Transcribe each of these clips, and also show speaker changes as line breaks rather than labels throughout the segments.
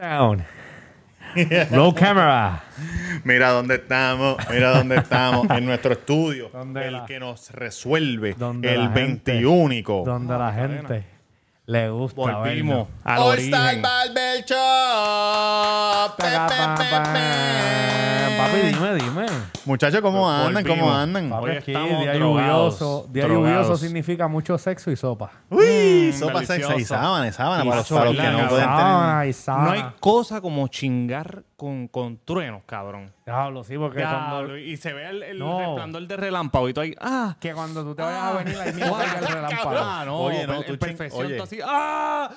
Sound. Low camera.
Mira dónde estamos, mira dónde estamos, en nuestro estudio,
¿Dónde
el
la-
que nos resuelve,
¿Dónde
el
la gente?
21.
Donde la gente le gusta.
Volvimos
vernos.
al
All
origen.
Star Bar-
Barber Shop. Pe,
Pa, pa,
pe,
pa.
pe, pe.
Papi, dime, dime.
Muchachos, ¿cómo andan? ¿Cómo
volvimos.
andan?
Papi,
Hoy
aquí
estamos
día
drogados,
lluvioso. Día
drogados.
lluvioso significa mucho sexo y sopa.
Uy,
Mm,
sopa sexy y
delicioso.
sábana, y sábana.
Y
Ah, Para, para
sábana,
los que no
sábana.
pueden tener.
Sábana y sábana.
No hay cosa como chingar con, con truenos, cabrón.
Diablo, sí, porque
Diablo,
cuando,
y se ve el, el
No.
resplandor de relámpago y tú ahí, ¡ah!
que cuando tú te vayas a venir ahí mismo pega el
Ah,
relámpago.
no,
Oye, no,
per-
tú
en
ching-
perfección,
oye.
tú así, ¡ah!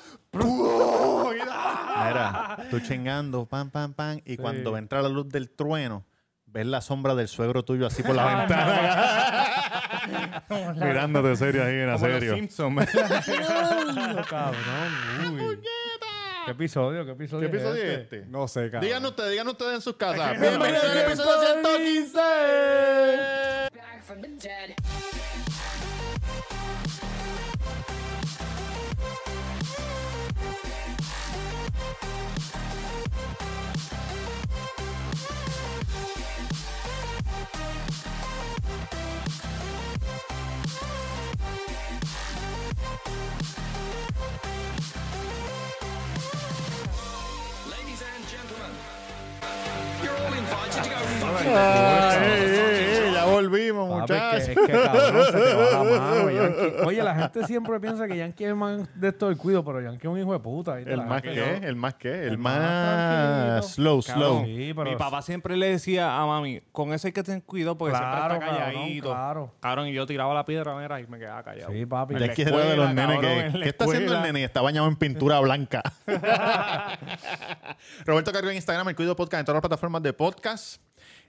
Mira, tú chingando, pam, pam, pam. Y cuando entra la luz del trueno, ves la sombra del suegro tuyo así por la ventana. Mirándote serio ahí, en
Como los
serio.
Simpsons, ¿verdad?
Diablo, cabrón. Uy. ¿Qué episodio? ¿Qué episodio?
¿Qué episodio es este?
No sé, cabrón.
Díganos ustedes, díganos ustedes en sus casas.
Bienvenidos
Bienvenidos al episodio 115.
back from the dead.
Ladies and gentlemen, you're all invited to go fucking
Ey, ey, ya volvimos,
Papi,
muchachos.
que, es que cabrón, se te va la mano, Yankee. Oye, la gente siempre piensa que Yankee es más de esto del cuido, pero Yankee es un hijo de puta. ¿viste?
El
La
más
gente
que,
no-
el más que, el
El más tranquilito.
más slow, slow.
Cabrón,
Sí, pero-
Mi papá siempre le decía a mami, con eso hay que tener cuidado porque
Claro,
siempre está
cabrón,
calladito.
claro.
Cabrón, y yo tiraba la piedra, mira, y me quedaba callado.
Sí, papi.
Ya
la
es que era
Pues,
de
escuela,
los nenes
cabrón,
que.
en la
¿Qué está haciendo el
escuela.
nene? Está bañado en pintura blanca. Roberto Carrillo en Instagram, el Cuido Podcast, en todas las plataformas de podcast.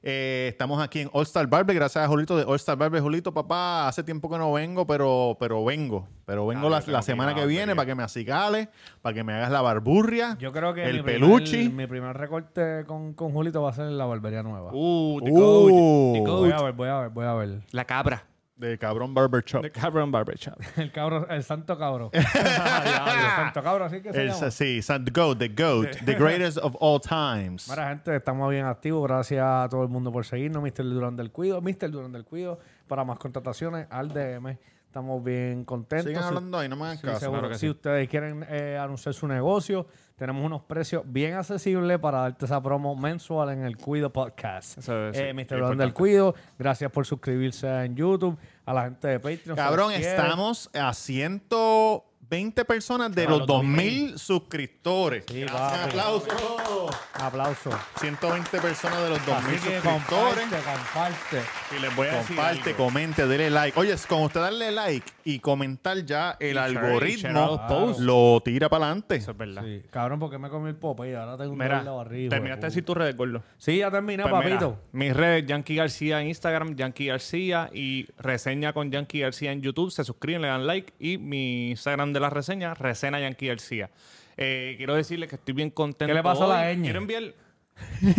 Eh, estamos aquí en All Star Barber, gracias a Julito de All Star Barber. Julito, papá, hace tiempo que no vengo, pero, pero vengo. Pero vengo
Ah,
la,
yo tengo
la
que
semana
ir a
que viene
barbería.
para que me acicales, para que me hagas la barburria,
Yo creo que
el
mi
peluchi.
Primer, mi primer recorte con, con Julito va a ser en la barbería nueva.
Uh, the
Uh.
goat, the
voy
goat.
a ver, voy a ver, voy a ver.
La cabra.
de cabrón Barber Shop.
The cabra barber shop.
El cabro, el santo cabro. el santo cabro, así que se
El,
llama.
sí, San- the GOAT, the GOAT, the greatest of all times.
Mira, gente, estamos bien activos. Gracias a todo el mundo por seguirnos. Mr. Durán del Cuido. Mr. Durán del Cuido. Para más contrataciones, al DM. Estamos bien contentos.
Sigan
Si-
hablando ahí, no me hagan
Sí,
caso.
seguro.
claro que
si
sí.
ustedes quieren eh, anunciar su negocio, tenemos unos precios bien accesibles para darte esa promo mensual en el Cuido Podcast.
Eso es,
Eh,
sí,
Mr.
es
Durán del
importante.
Cuido, gracias por suscribirse en YouTube, a la gente de Patreon.
Cabrón,
si los quiere.
estamos a 120 personas de
Para los
los 2000 suscriptores.
Sí,
Gracias,
papi.
aplauso.
Aplauso.
120 personas de los 2000
Así que
suscriptores.
comparte, comparte.
Y les voy a decir
Comparte,
algo.
comente, dele like. Oye, es con usted darle like y comentar ya, el
share, y share a
algoritmo
los posts.
lo tira para adelante.
Eso es verdad.
Sí, Cabrón, porque me comí el popa y ahora tengo un
Mira,
dolor de barriga.
terminaste de
hijo de
decir tus redes, gordo.
puta. Sí, ya terminé,
Pues mira,
papito.
mis redes, Yankee García en Instagram, Yankee García y reseña con Yankee García en YouTube. Se suscriben, le dan like y mi Instagram de las reseñas, Resena Yankee García. Eh, quiero decirles que estoy bien contento.
¿Qué le pasó a la
hoy.
ñ?
Quiero enviar,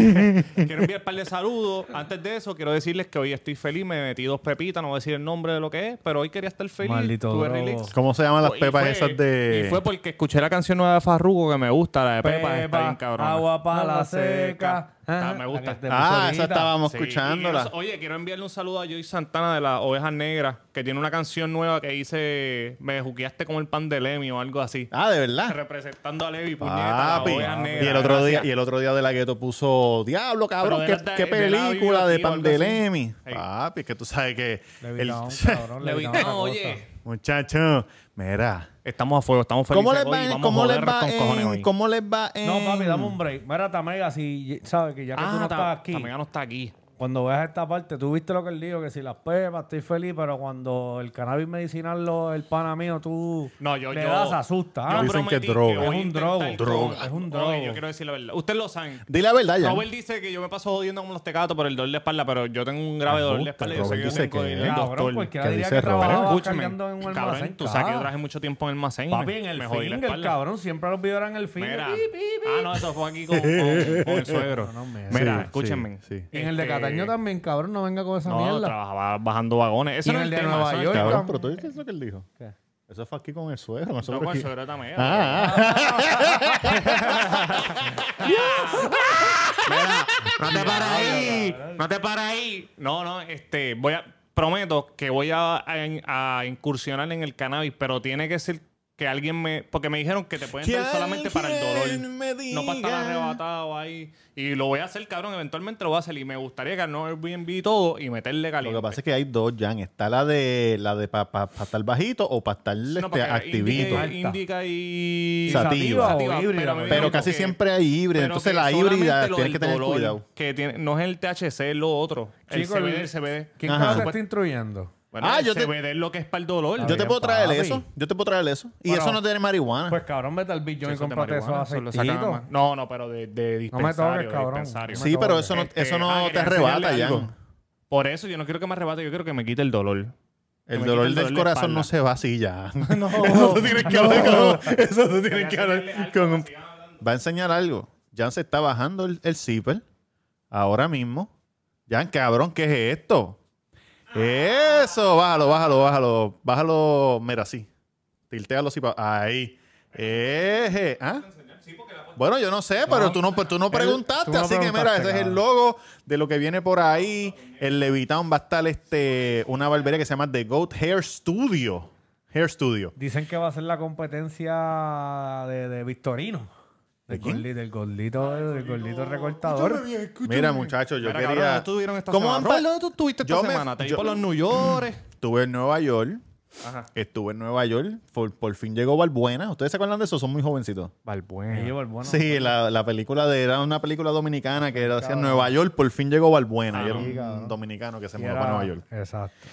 quiero enviar un par de saludos. Antes de eso, quiero decirles que hoy estoy feliz. Me metí dos pepitas, no voy a decir el nombre de lo que es, pero hoy quería estar feliz.
Maldito
Tuve
drogo.
relax.
¿Cómo se llaman las
Pues, Y
pepas
fue-
esas de...?
Y fue porque escuché la canción nueva de Farruko que me gusta, la de Pepa, está bien cabrona.
agua para la seca.
Ah, me gusta.
Para que te
ah,
solita.
esa estábamos
Sí, y
escuchándola.
quiero- oye, quiero enviarle un saludo a Joy Santana de las Ovejas Negras, que tiene una canción nueva que dice Me juqueaste con el pan de Lemmy o algo así.
Ah, de verdad.
Representando a Levi, puñeta,
Papi. Ah,
las Ovejas Negras.
Y el otro día,
gracias.
y el otro día de la gueto puso Diablo, cabrón, qué,
Pero de la-
qué
de- de
película
la
de
biografía o algo
Pandelemi.
así. Ey.
Papi, que tú sabes que el
Levitón, cabrón,
Le
levitón,
vi-
otra
no,
cosa.
oye.
muchacho, mira.
Estamos a fuego, estamos felices
¿Cómo les
hoy,
va, en-
vamos
cómo
a
les
joder
va
con cojones hoy.
en, cómo les va en
No, papi, dame un break. Mira, Tamega, si sabes que ya que tú no
Ah, Ta-
estás aquí,
Tamega no está aquí.
cuando veas esta parte, tú viste lo que él dijo, que si las pepas, estoy feliz, pero cuando el cannabis medicinal, lo, el pana mío, tú
No, yo-
le
yo-
das asusta. ¿ah?
Dicen que
prometí
es droga.
voy a
Es un
intentar
drogo.
con-
Droga. Es un drogo.
Oye, yo quiero decir la verdad. Ustedes lo saben.
Di la verdad ya.
Robert dice que yo me paso jodiendo como los tecatos por el dolor de espalda, pero yo tengo un grave dolor de
Ajusta,
espalda y yo sé
Ah, Robert
que yo
dice
tengo que
que-
ir al
Cabrón,
doctor.
cualquiera
¿Qué
diría
dice
que
Robert?
Pero
trabajaba
escúchame,
cargando en un
cabrón,
almacén.
tú sabes que yo
Ah.
traje mucho tiempo en el almacén. y
Papi,
me-
en
me
el
jodí la
finger,
espalda.
cabrón, siempre los videos eran el finger.
Mira.
pi, pi, pi.
Ah, no, eso fue aquí con, con- con el suegro.
No, no, mira.
Mira,
Sí,
escúchenme.
sí, sí.
Y en el de
Este,
Cataño también, cabrón, no venga con esa
No,
mierda.
trabajaba bajando vagones. Ese
Y
no
en
es
el de
tema,
Nueva
eso no es
York,
el tema.
Cabrón, pero tú dices lo que él dijo.
¿Qué?
Eso fue aquí con el suegro. con el
No,
suegro
con el
aquí.
suegro también.
Ah, ah.
No te paras ahí. No te paras ahí. No, no, este, voy a, prometo que voy a, a- a incursionar en el cannabis, pero tiene que ser que alguien me, porque me dijeron que te pueden
Que
dar solamente para el dolor.
alguien me
No para estar
diga.
arrebatado ahí. Y lo voy a hacer, cabrón. Eventualmente lo voy a hacer. Y me gustaría ganar Airbnb y todo y meterle
Lo
caliente.
que pasa es que hay dos, Jan. Está la de la de para estar bajito o para estar
No,
este,
porque
activito.
indica- Indica y...
Sativa.
o
Sativa,
híbrida.
pero me
Pero
dijo
casi
que-
siempre hay híbrida.
Pero
Entonces
que
la híbrida
solamente lo
tienes que
del
tener
dolor,
cuidado.
Que tiene, no es el THC, es lo otro. El
Chico,
CBD,
el-
el CBD.
¿Quién
Ajá.
carajo te está instruyendo?
Bueno,
Ah,
el
yo te-
CBD es lo que es para el dolor.
Está
Yo te
bien,
puedo traer
papi.
eso. Yo te puedo traer eso. Y
Bueno,
eso no tiene marihuana.
Pues cabrón, vete al billón y
Ah. Eso es de
comprate esos
marihuana, eso lo sacan
aceititos.
más. No, no, pero de, de dispensario.
toques,
de
cabrón.
dispensario.
No me
sí,
toques.
pero eso no,
Este,
eso no
ah,
te
quería
arrebata,
enseñarle algo.
Jan.
Por eso yo no quiero que me arrebate, yo quiero que me quite el dolor.
El
me quite
dolor
el dolor
del
de
corazón
espalda.
no se va así, ya.
No,
Eso tú tienes que hablar con... Eso tú tienes
Quería
que hablar
enseñarle algo,
con un-
sigan hablando.
Va a enseñar algo. Jan se está bajando el, el zipper ahora mismo. Jan, cabrón, ¿qué es esto? Eso, bájalo, bájalo, bájalo. Bájalo, mira, así. Tiltealo así para... Ahí. Eje, ¿ah? Bueno, yo no sé, pero tú no, pues tú no preguntaste,
tú no
así que mira,
preguntaste,
ese es el
cabrón.
logo de lo que viene por ahí. El Levitown va a estar este, una barbería que se llama The Goat Hair Studio. Hair Studio.
Dicen que va a ser la competencia de, de Victorino.
¿De
Del
quién?
gordito, del
Ah,
gordito, del gordito recortador.
Mira, muchachos, yo
Mira,
quería.
cabrón, ¿dónde estuvieron esta
¿Cómo
semana?
han
Robert,
pa-
¿dónde tú estuviste esta
Yo me-
semana? Te vi
yo-
por los New York.
Estuve en Nueva York.
Ajá.
Estuve en Nueva York. Por, por fin llegó Balbuena. ¿Ustedes se acuerdan de eso? Son muy jovencitos.
Me
Balbuena.
llevo el pues, bueno.
sí, la, la película de. Era una película dominicana que era decía Nueva York. Por fin llegó
Ah,
Balbuena. y era un dominicano que se
Y
mudó
era-
para Nueva York.
Exacto.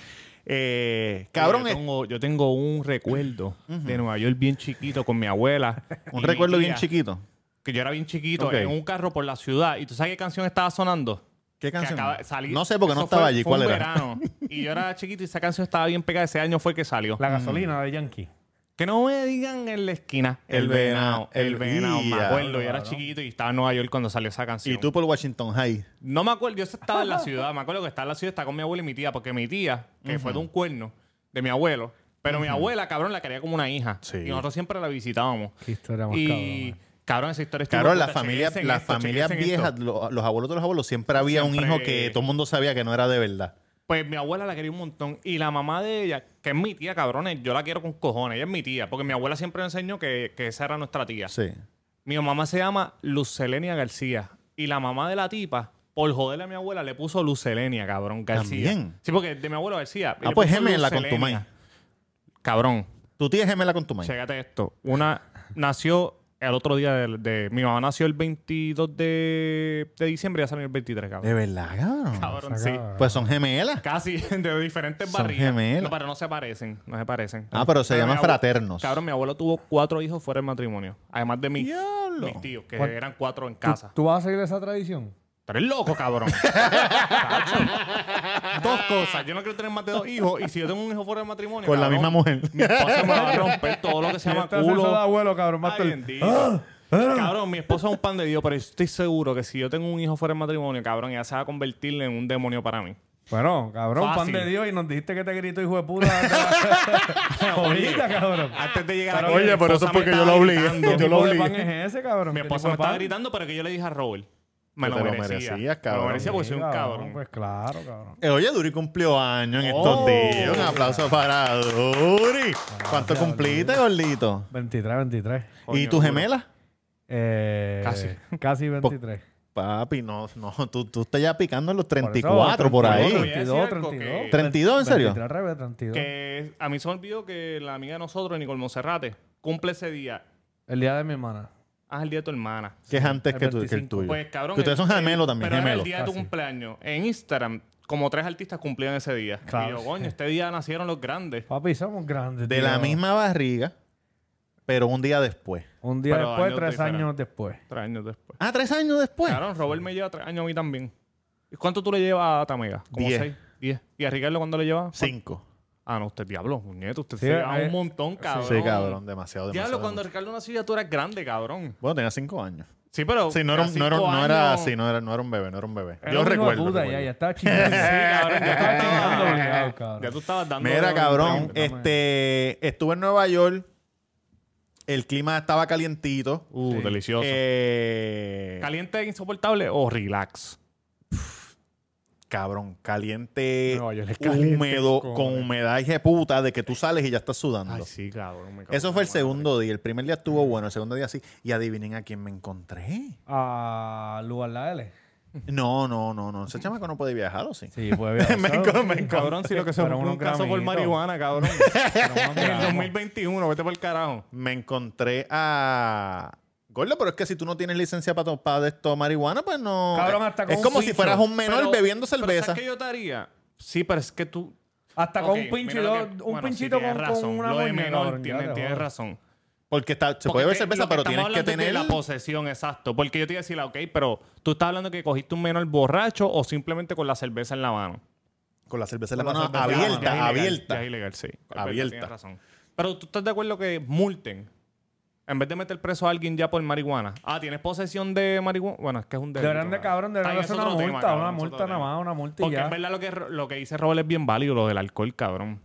Eh, cabrón,
yo
es-
tengo, yo tengo un recuerdo de Nueva York bien chiquito con mi abuela. y
un
mi
recuerdo bien
tía,
chiquito.
Que yo era bien chiquito
Ok.
en un carro por la ciudad. ¿Y tú sabes qué canción estaba sonando?
¿Qué
Que
canción?
acaba- salí-
no sé porque no
eso
estaba
fue-
allí.
fue
¿Cuál
un
era?
verano. y yo era chiquito y esa canción estaba bien pegada. Ese año fue que salió.
La gasolina
Mm.
de Yankee.
Que no me digan en la esquina.
El
El
venado,
venado. El
el-
venado. Me
Ya,
acuerdo. Yo era
cabrón.
chiquito y estaba en Nueva York cuando salió esa canción.
Y tú por Washington High.
No me acuerdo. Yo estaba en la ciudad. Me acuerdo que estaba en la ciudad. Estaba con mi abuela y mi tía. Porque mi tía, que fue de un cuerno de mi abuelo. Pero mi abuela, cabrón, la quería como una hija.
Sí.
Y nosotros siempre la visitábamos.
Qué historia más
Y, cabrón, esa historia estuvo
Claro, la
puta,
familia,
chequense en
la
esto,
familia
chequense en esto.
vieja, lo- los abuelos de los abuelos, siempre había un
Siempre-
hijo que todo el mundo sabía que no era de verdad.
Pues mi abuela la quería un montón. Y la mamá de ella, que es mi tía, cabrones, yo la quiero con cojones. Ella es mi tía. Porque mi abuela siempre me enseñó que, que esa era nuestra tía.
Sí.
Mi mamá se llama Lucelenia García. Y la mamá de la tipa, por joderle a mi abuela, le puso Lucelenia, cabrón, García.
También.
Sí, porque es de mi abuelo García. Y
Ah,
le
pues
puso
gemela con tu
Lucelenia.
maíz.
Cabrón,
Tu tía es gemela con tu maíz.
chécate esto. Una nació el otro día de... de- mi mamá nació el 22 de, de diciembre y ya salió el 23, cabrón.
De verdad, cabrón.
Cabrón, sí.
Pues son gemelas.
Casi de diferentes
Son
barrigas.
gemelas.
No, pero no se parecen. No se parecen.
Ah, pero se llaman
mi abue-
fraternos.
Cabrón, mi abuelo tuvo cuatro hijos fuera del matrimonio. Además de mis,
Diablo.
mis tíos, que
¿Cuán-
eran cuatro en
¿Tú,
casa.
tú vas a seguir esa tradición?
Tú eres loco, cabrón. Cacho. dos
Ah.
cosas. Yo no quiero tener más de dos hijos. Y si yo tengo un hijo fuera del matrimonio.
Con la
cabrón,
misma mujer.
Mi esposa me va a romper todo lo que se llama
Este ascenso de
culo.
abuelo, cabrón. Ah.
Ay,
más te-
bendito.
Ah,
Cabrón, mi esposa es un pan de Dios, pero estoy seguro que si yo tengo un hijo fuera del matrimonio, cabrón, ella se va a convertir en un demonio para mí.
Bueno, cabrón,
Fácil.
pan de Dios y nos dijiste que te gritó hijo de puta. Ahorita, cabrón.
Antes de llegar
Oye,
mi
pero eso
esposa
es
me
porque yo
estaba
lo obligué.
gritando.
¿Qué
Yo
tipo
lo
de
obligué.
pan es ese, cabrón?
Mi
¿Qué
esposa
tipo
me
de
estaba
pan?
gritando, pero que yo le dije a Robert. Me
Tú te
lo,
lo
merecía.
merecías,
Me
cabrón.
lo merecía porque soy un
Sí,
cabrón.
Pues claro, cabrón.
Eh, Oye, Duri cumplió años en
Oh.
estos días. Un aplauso para Duri. ¿Cuánto cumpliste, gordito?
23, 23.
¿Y
Coño,
tu
duro.
gemela?
Eh,
Casi.
Casi 23.
Papi, no, no, tú, tú estás ya picando en los
eso,
34 por,
32,
ahí.
Voy a decir
32,
algo que-
32.
32, ¿en serio?
23 al revés, 32.
Que a mí se me olvidó que la amiga de nosotros, Nicole Monserrate, cumple ese día.
El día de mi hermana.
Ah, es el día de tu hermana.
Que es antes que, tu- que el
25.
tuyo.
Pues cabrón.
Que ustedes son
el-
gemelos también,
Pero era
gemelos.
el día de tu
casi.
cumpleaños. En Instagram, como tres artistas cumplían ese día.
Claro.
Y yo, coño, este día nacieron los grandes.
Papi, somos grandes.
De
tío.
la misma barriga, pero un día después.
Un día
Pero
después,
años
tres
diferentes.
años después.
Tres años después.
Ah, tres años después.
Claro, Robert me lleva tres años a mí también. ¿Y cuánto tú le llevas a Tamega? Como
Diez.
seis. Diez. ¿Y a Ricardo cuándo le llevas?
Cinco.
Ah, no, usted diablo, muñeco. Usted
Sí,
se lleva
eh,
un montón, cabrón.
Sí, cabrón, demasiado, demasiado.
Diablo, cuando
demasiado.
Ricardo nació ya tú eras grande, cabrón.
Bueno, tenía cinco años.
Sí, pero.
Sí, no era, un-
casi
no era,
cinco
no era
años-
así, no era, no era un bebé, no era un bebé.
Era
Yo
un hijo de
recuerdo.
puta, ya,
recuerdo.
ya estaba chingando.
Sí, cabrón, ya tú estabas
Estaba
chingando,
obligado,
Ah. Ya
cabrón.
tú estabas dando.
Mira, cabrón,
dame.
este, estuve en Nueva York. El clima estaba calientito.
Uh, delicioso.
Eh,
¿Caliente e insoportable o relax?
cabrón, caliente,
Nueva York es caliente,
húmedo,
cojones.
con humedad y puta de que tú sales y ya estás sudando.
sí, cabrón. me cago
Eso
en
fue
la
el
madre.
segundo día. El primer día estuvo bueno, el segundo día sí. Y adivinen a quién me encontré.
A lugar la L.
No, no, no, no. Ese chamaco no puede viajar, ¿o sí?
Sí, pues había
Me
pasado.
encon- me encon-
Cabrón, si lo que se
Pero
fue
unos
un caso por
gramitos.
marihuana, cabrón. en el 2021, vete por el carajo.
me encontré a... Gordo, pero es que si tú no tienes licencia para tomar de esto marihuana, pues no...
Cabrón, hasta con
es
un
como si
pincho.
fueras un menor
Pero-
bebiendo
pero
cerveza.
¿Sabes qué yo te haría? Sí, pero es que tú.
Hasta con
Ok,
un pincho,
mira lo que-
un
bueno, sí,
pinchito
tienes
con, con
razón,
una
Lo de
moña,
menor,
cabrón, ya
tienes,
te
tienes
jodas.
razón.
Porque está- se puede beber
Porque te-
cerveza,
lo que
pero
estamos
tienes que
hablando
tener...
es de la posesión, exacto. Porque yo te iba a decir, ah, ok, pero tú estás hablando que cogiste un menor borracho o simplemente con la cerveza en la mano.
Con la cerveza en la mano
Con cerveza en la mano. Ya es
abierta,
ilegal,
abierta.
ya Es ilegal, sí. Es verdad,
Abierta.
tienes razón. Pero tú estás de acuerdo que multen. En vez de meter preso a alguien ya por marihuana. Ah, tienes posesión de marihuana. Bueno, es que es un delito.
Deberían de
cabrón.
cabrón,
Está
deberían
bien,
hacer
es
una
otro tema,
multa,
cabrón,
una
es otro
multa nada
tema.
más, una multa y
Porque
ya.
en verdad lo que, lo que dice Robert es bien válido, lo del alcohol, cabrón.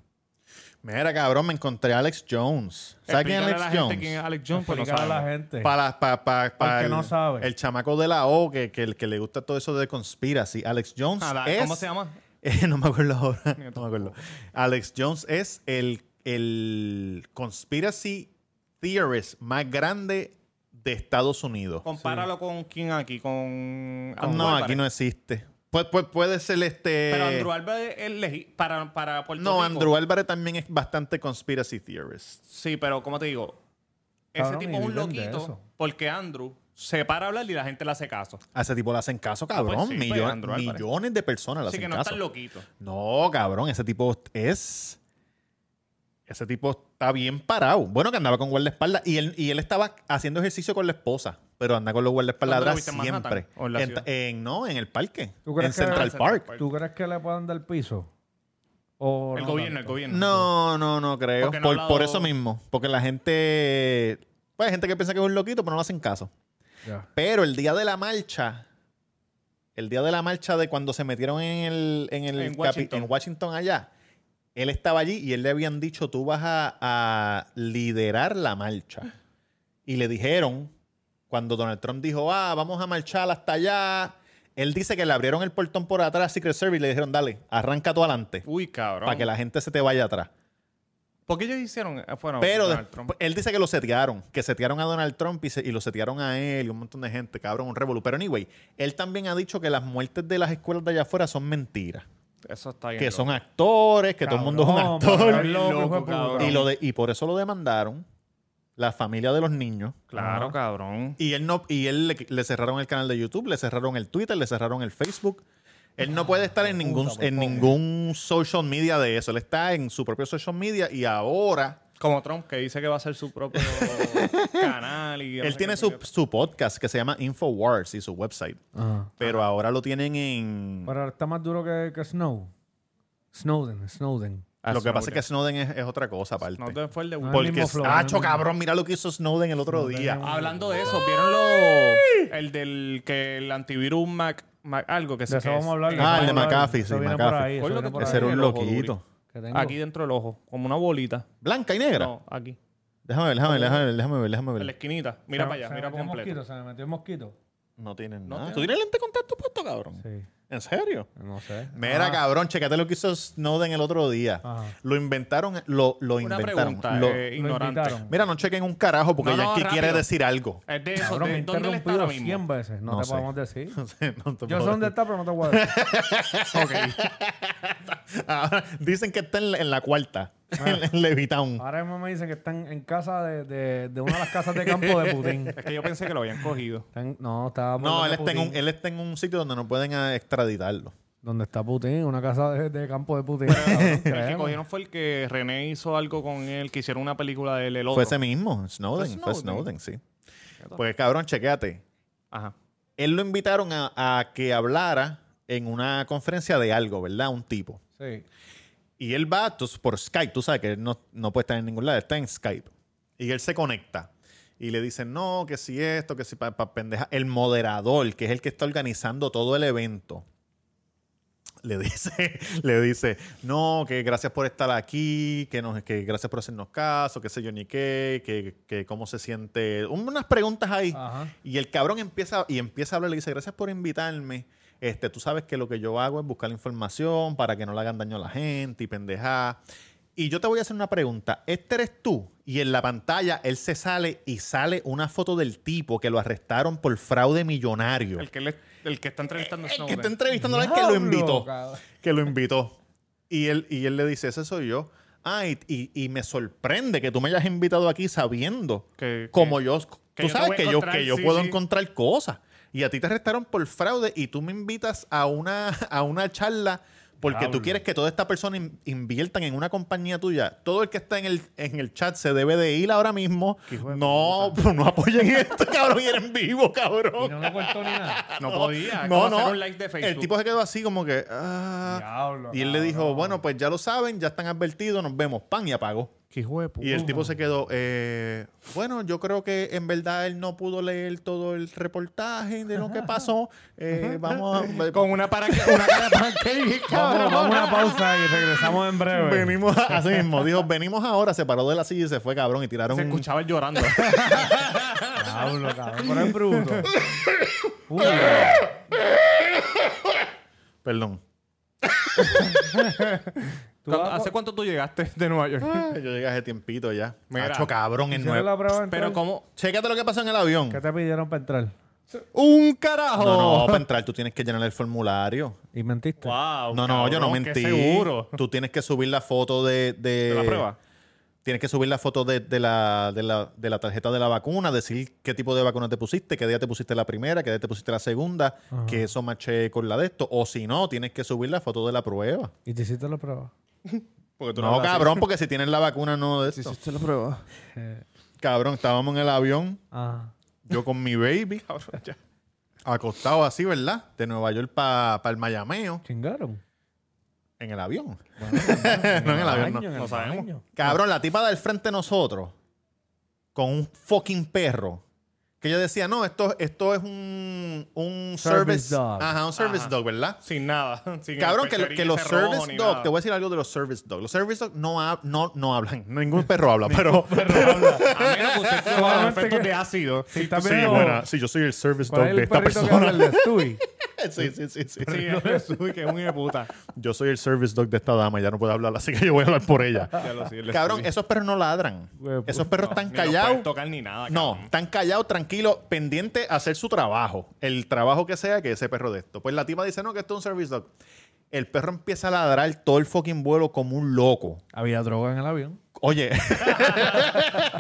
Mira, cabrón, me encontré a Alex Jones. ¿Sabes quién es
Explícale a
Alex
la
Jones?
gente quién es Alex Jones, pues no
Explicar a la
sabe.
gente.
Para, pa- pa- pa-
Porque
el,
no sabe.
el chamaco de la O que, que, que le gusta todo eso de conspiracy. Alex Jones
Ah, la-
es...
¿Cómo se llama?
Eh, no me acuerdo ahora.
Yo
No me acuerdo. Alex Jones es el, el conspiracy theorist más grande de Estados Unidos. Ah,
Compáralo con quién aquí, con... Andrew
No, aquí
Álvarez.
no existe. Pues, pues puede ser este.
Pero Andrew Álvarez es legi- para, para Puerto
no,
Rico.
Andrew Álvarez también es bastante conspiracy theorist.
Sí, pero como te digo, ese
Cabrón,
tipo
y
es un
viven de
loquito
eso.
porque Andrew se para a hablar y la gente le hace caso.
A ese tipo le hacen caso, cabrón.
pues sí, pues,
Millon-
Andrew Álvarez.
millones de personas le
Así
hacen
que no
caso.
estás loquito.
No, cabrón, ese tipo es. Ese tipo está bien parado. Bueno, que andaba con guardaespaldas y él, y él estaba haciendo ejercicio con la esposa, pero anda con los guardaespaldas
¿Dónde lo
atrás
viste, en Manhattan?
siempre.
¿O en la
En-
ciudad?
en- no, en el parque.
¿Tú crees
En
que-
Central
Ah, en
Park.
Central
¿Tú crees que le puedan dar piso? O
el
no
gobierno, el
tanto?
gobierno.
No, no, no creo.
Porque no ha
por,
hablado-
por eso mismo. Porque la gente. Pues hay gente que piensa que es un loquito, pero no le hacen caso.
Ya.
Pero el día de la marcha. El día de la marcha de cuando se metieron en el, en el
En
capi-
Washington.
en Washington allá. Él estaba allí y él le habían dicho, tú vas a, a liderar la marcha. Y le dijeron, cuando Donald Trump dijo, ah, vamos a marchar hasta allá, él dice que le abrieron el portón por atrás a Secret Service y le dijeron, dale, arranca tú adelante,
Uy, cabrón.
para que la gente se te vaya atrás.
¿Por qué ellos hicieron? eh, Bueno,
Pero
Donald
de-
Trump.
él dice que lo setearon, que setearon a Donald Trump y, se- y lo setearon a él y un montón de gente, cabrón, un revolú. Pero anyway, él también ha dicho que las muertes de las escuelas de allá afuera son mentiras,
Eso está bien.
que
loco.
son actores, que todo el mundo es un
Cabrón,
actor.
cabrón, loco,
Loco,
hijo de puta.
cabrón.
Y, lo de- y por eso lo demandaron la familia de los niños.
Claro,
Ajá.
cabrón.
Y él no y él le, le cerraron el canal de YouTube, le cerraron el Twitter, le cerraron el Facebook. Él no puede estar en ningún
puta, por
en
favor.
ningún social media de eso. Él está en su propio social media y ahora
Como Trump, que dice que va a hacer su propio canal. Y no
él
sé
tiene
qué
su,
puñeta.
su podcast que se llama Infowars y su website,
Ajá.
pero ahora lo tienen en
Pero está más duro que, que Snow. Snowden, Snowden.
lo que pasa es que
Snowden.
Snowden es, es otra cosa aparte.
Snowden Ah, fue el de
Ah, el
Porque
mismo flow,
¡Acho,
el mismo-
cabrón, mira lo que hizo Snowden el otro
Snowden
día.
es un-
Hablando de eso, ¿vieron lo, el del que el antivirus Mac, Mac- algo que se
De eso vamos a hablar.
Ah, el de
vamos a hablar.
McAfee,
Eso
sí,
viene
McAfee.
por ahí, eso
Con lo
viene
que
por
te
Ese
ahí.
era un
el ojo
loquito.
durito.
Que tengo.
Aquí dentro del ojo, como una bolita.
Blanca y negra.
No, aquí,
Déjame ver, déjame ver, déjame ver, déjame ver, déjame
en la
ver.
esquinita. Mira
Se-
para allá,
se
mira
metió
completo.
mosquito, se me metió un mosquito.
No tienen
No
nada.
tienen-
¿Tú tienes lente de contacto puesto, cabrón?
Sí,
¿En serio?
no sé.
Mira,
Ah,
cabrón, checate lo que hizo Snowden el otro día.
Ajá.
Lo inventaron, lo, lo
Una
inventaron.
pregunta,
lo-
eh, ignorante.
invitaron.
Mira, no chequen un carajo porque
No, no,
Yankee quiere
rápido.
decir algo.
Es de eso,
Cabrón, me he
de, ¿dónde él está
interrumpido
ahora mismo?
100 veces. No,
No
te
sé.
podemos decir.
No sé, no te
Yo
puedo
sé dónde
decir.
está, pero no te voy a decir.
Ahora, Dicen que está en, la- en la cuarta, en, en Levitown.
Ahora mismo me dicen que están en casa de, de, de una de las casas de campo de Putin.
Es que yo pensé que lo habían cogido.
Están- no, está por
No,
donde
él está, en
Putin.
un, eh. él está en un sitio donde no pueden ah, extraditarlo.
Donde está Putin, una casa de, de campo de Putin.
El que
Créeme.
cogieron fue el que René hizo algo con él, que hicieron una película de él, el otro.
Fue ese mismo, Snowden.
Snowden.
Fue Snowden, sí. Pues, cabrón, chequéate.
Ajá.
Él lo invitaron a, a que hablara en una conferencia de algo, ¿verdad? Un tipo.
Sí.
Y él va tú- por Skype, tú sabes que él no, no puede estar en ningún lado, está en Skype. Y él se conecta. y le dicen, no, que si esto, que si para pendeja. El moderador, que es el que está organizando todo el evento, le dice, le dice, no, que gracias por estar aquí, que, nos, que gracias por hacernos caso, que sé yo ni qué, que, que cómo se siente. Un- Unas preguntas ahí.
Ajá.
Y el cabrón empieza y empieza a hablar, le dice, gracias por invitarme. Este, tú sabes que lo que yo hago es buscar información para que no le hagan daño a la gente y pendeja. Y yo te voy a hacer una pregunta. ¿Este eres tú? Y en la pantalla él se sale y sale una foto del tipo que lo arrestaron por fraude millonario.
El que, le- el que está entrevistando a
El que está
Snowden.
entrevistando es que lo
Diablo,
invitó.
cabrón.
Que lo invitó. Y él, y él le dice, ese soy yo. Ah, y, y- y me sorprende que tú me hayas invitado aquí sabiendo
Que-
como
que-
yo... tú
que yo te
sabes
voy a
que yo,
encontrar,
que yo
sí,
puedo
sí.
encontrar cosas. Y a ti te arrestaron por fraude y tú me invitas a una, a una charla porque tú
Diablo.
quieres que toda esta persona in- inviertan en una compañía tuya. Todo el que está en el, en el chat se debe de ir ahora mismo.
hijo de
No, no apoyen esto, cabrón. Y eres vivo, cabrón.
Y no le cortó ni nada.
No podía. es
No,
como
no.
hacer un like de Facebook.
El tipo se quedó así como que. ah.
Diablo,
y él le dijo,
cabrón.
bueno, pues ya lo saben, ya están advertidos, nos vemos, pan y apagó.
Qué hijo de puta.
Y el tipo se quedó, eh, bueno, yo creo que en verdad él no pudo leer todo el reportaje de lo que pasó. Eh, vamos a.
Con una para una cara para que
Vamos, vamos a una pausa y regresamos en breve.
Venimos así mismo, dijo, venimos ahora, se paró de la silla y se fue, cabrón, y tiraron
Se
un-
escuchaba él llorando.
Diablo, cabrón. Pero es bruto. Uy,
Perdón.
tú
¿Cuándo-
vas Ah, a-
¿Hace cuánto tú llegaste de Nueva York?
Yo llegué hace tiempito ya.
Mira.
Macho, cabrón, en
¿Hicieron
nueve.
la prueba de
Pero
entrar?
como...
Chécate lo que pasó en el avión.
¿Qué te pidieron para entrar?
¡Un carajo!
No, no, para entrar tú tienes que llenar el formulario.
¿Y mentiste?
Wow,
No, no, yo no
cabrón, qué
mentí. Eh,
seguro.
Tú tienes que subir la foto de, de-
¿De la prueba?
Tienes que subir la foto de, de la, de, la, de la tarjeta de la vacuna, decir qué tipo de vacuna te pusiste, qué día te pusiste la primera, qué día te pusiste la segunda, que eso maché con la de esto. O si no, tienes que subir la foto de la prueba.
¿Y te hiciste la prueba?
no, cabrón, porque si tienes la vacuna, no de esto.
la prueba.
Eh,
Cabrón, estábamos en el avión,
ah.
yo con mi baby, acostado así, ¿verdad? De Nueva York para el Mayameo,
¿Chingaron?
en el avión. no en el avión, no.
Baño, en el
no sabemos.
baño.
Cabrón, la tipa del frente de nosotros con un fucking perro. Que ella decía, no, esto, esto es un, un service,
Service dog.
Ajá, un service
Ajá.
dog, ¿verdad?
Sin nada. sin
Cabrón, que, lo-
pecherilla,
que los
cerrojo,
service
ni
dog,
nada.
te voy a decir algo de los service dog. Los service dog no, hab- no, no hablan, ningún perro habla, pero...
A menos que usted coja los
Solamente
efectos
que-
de ácido.
Sí,
Sí,
está
sí,
bien,
buena, sí, yo soy el service
¿Cuál
dog
es
de
el
esta
perrito que habla? el
persona.
de Stewie?
sí, sí, sí, sí.
sí, eh. Jesús, que es un hijo de puta.
Yo soy el service dog de esta dama, ya no puedo hablar, así que yo voy a hablar por ella.
Ya lo sé, el
Cabrón,
estudio.
esos perros no ladran.
Güey,
Esos perros
Ni
están
los
callados.
pueden tocar ni nada.
No,
cabrón.
están callados, tranquilos, pendiente a hacer su trabajo. El trabajo que sea que ese perro de esto. Pues la tipa dice, no, que esto es un service dog. El perro empieza a ladrar todo el fucking vuelo como un loco.
Había droga en el avión.
Oye,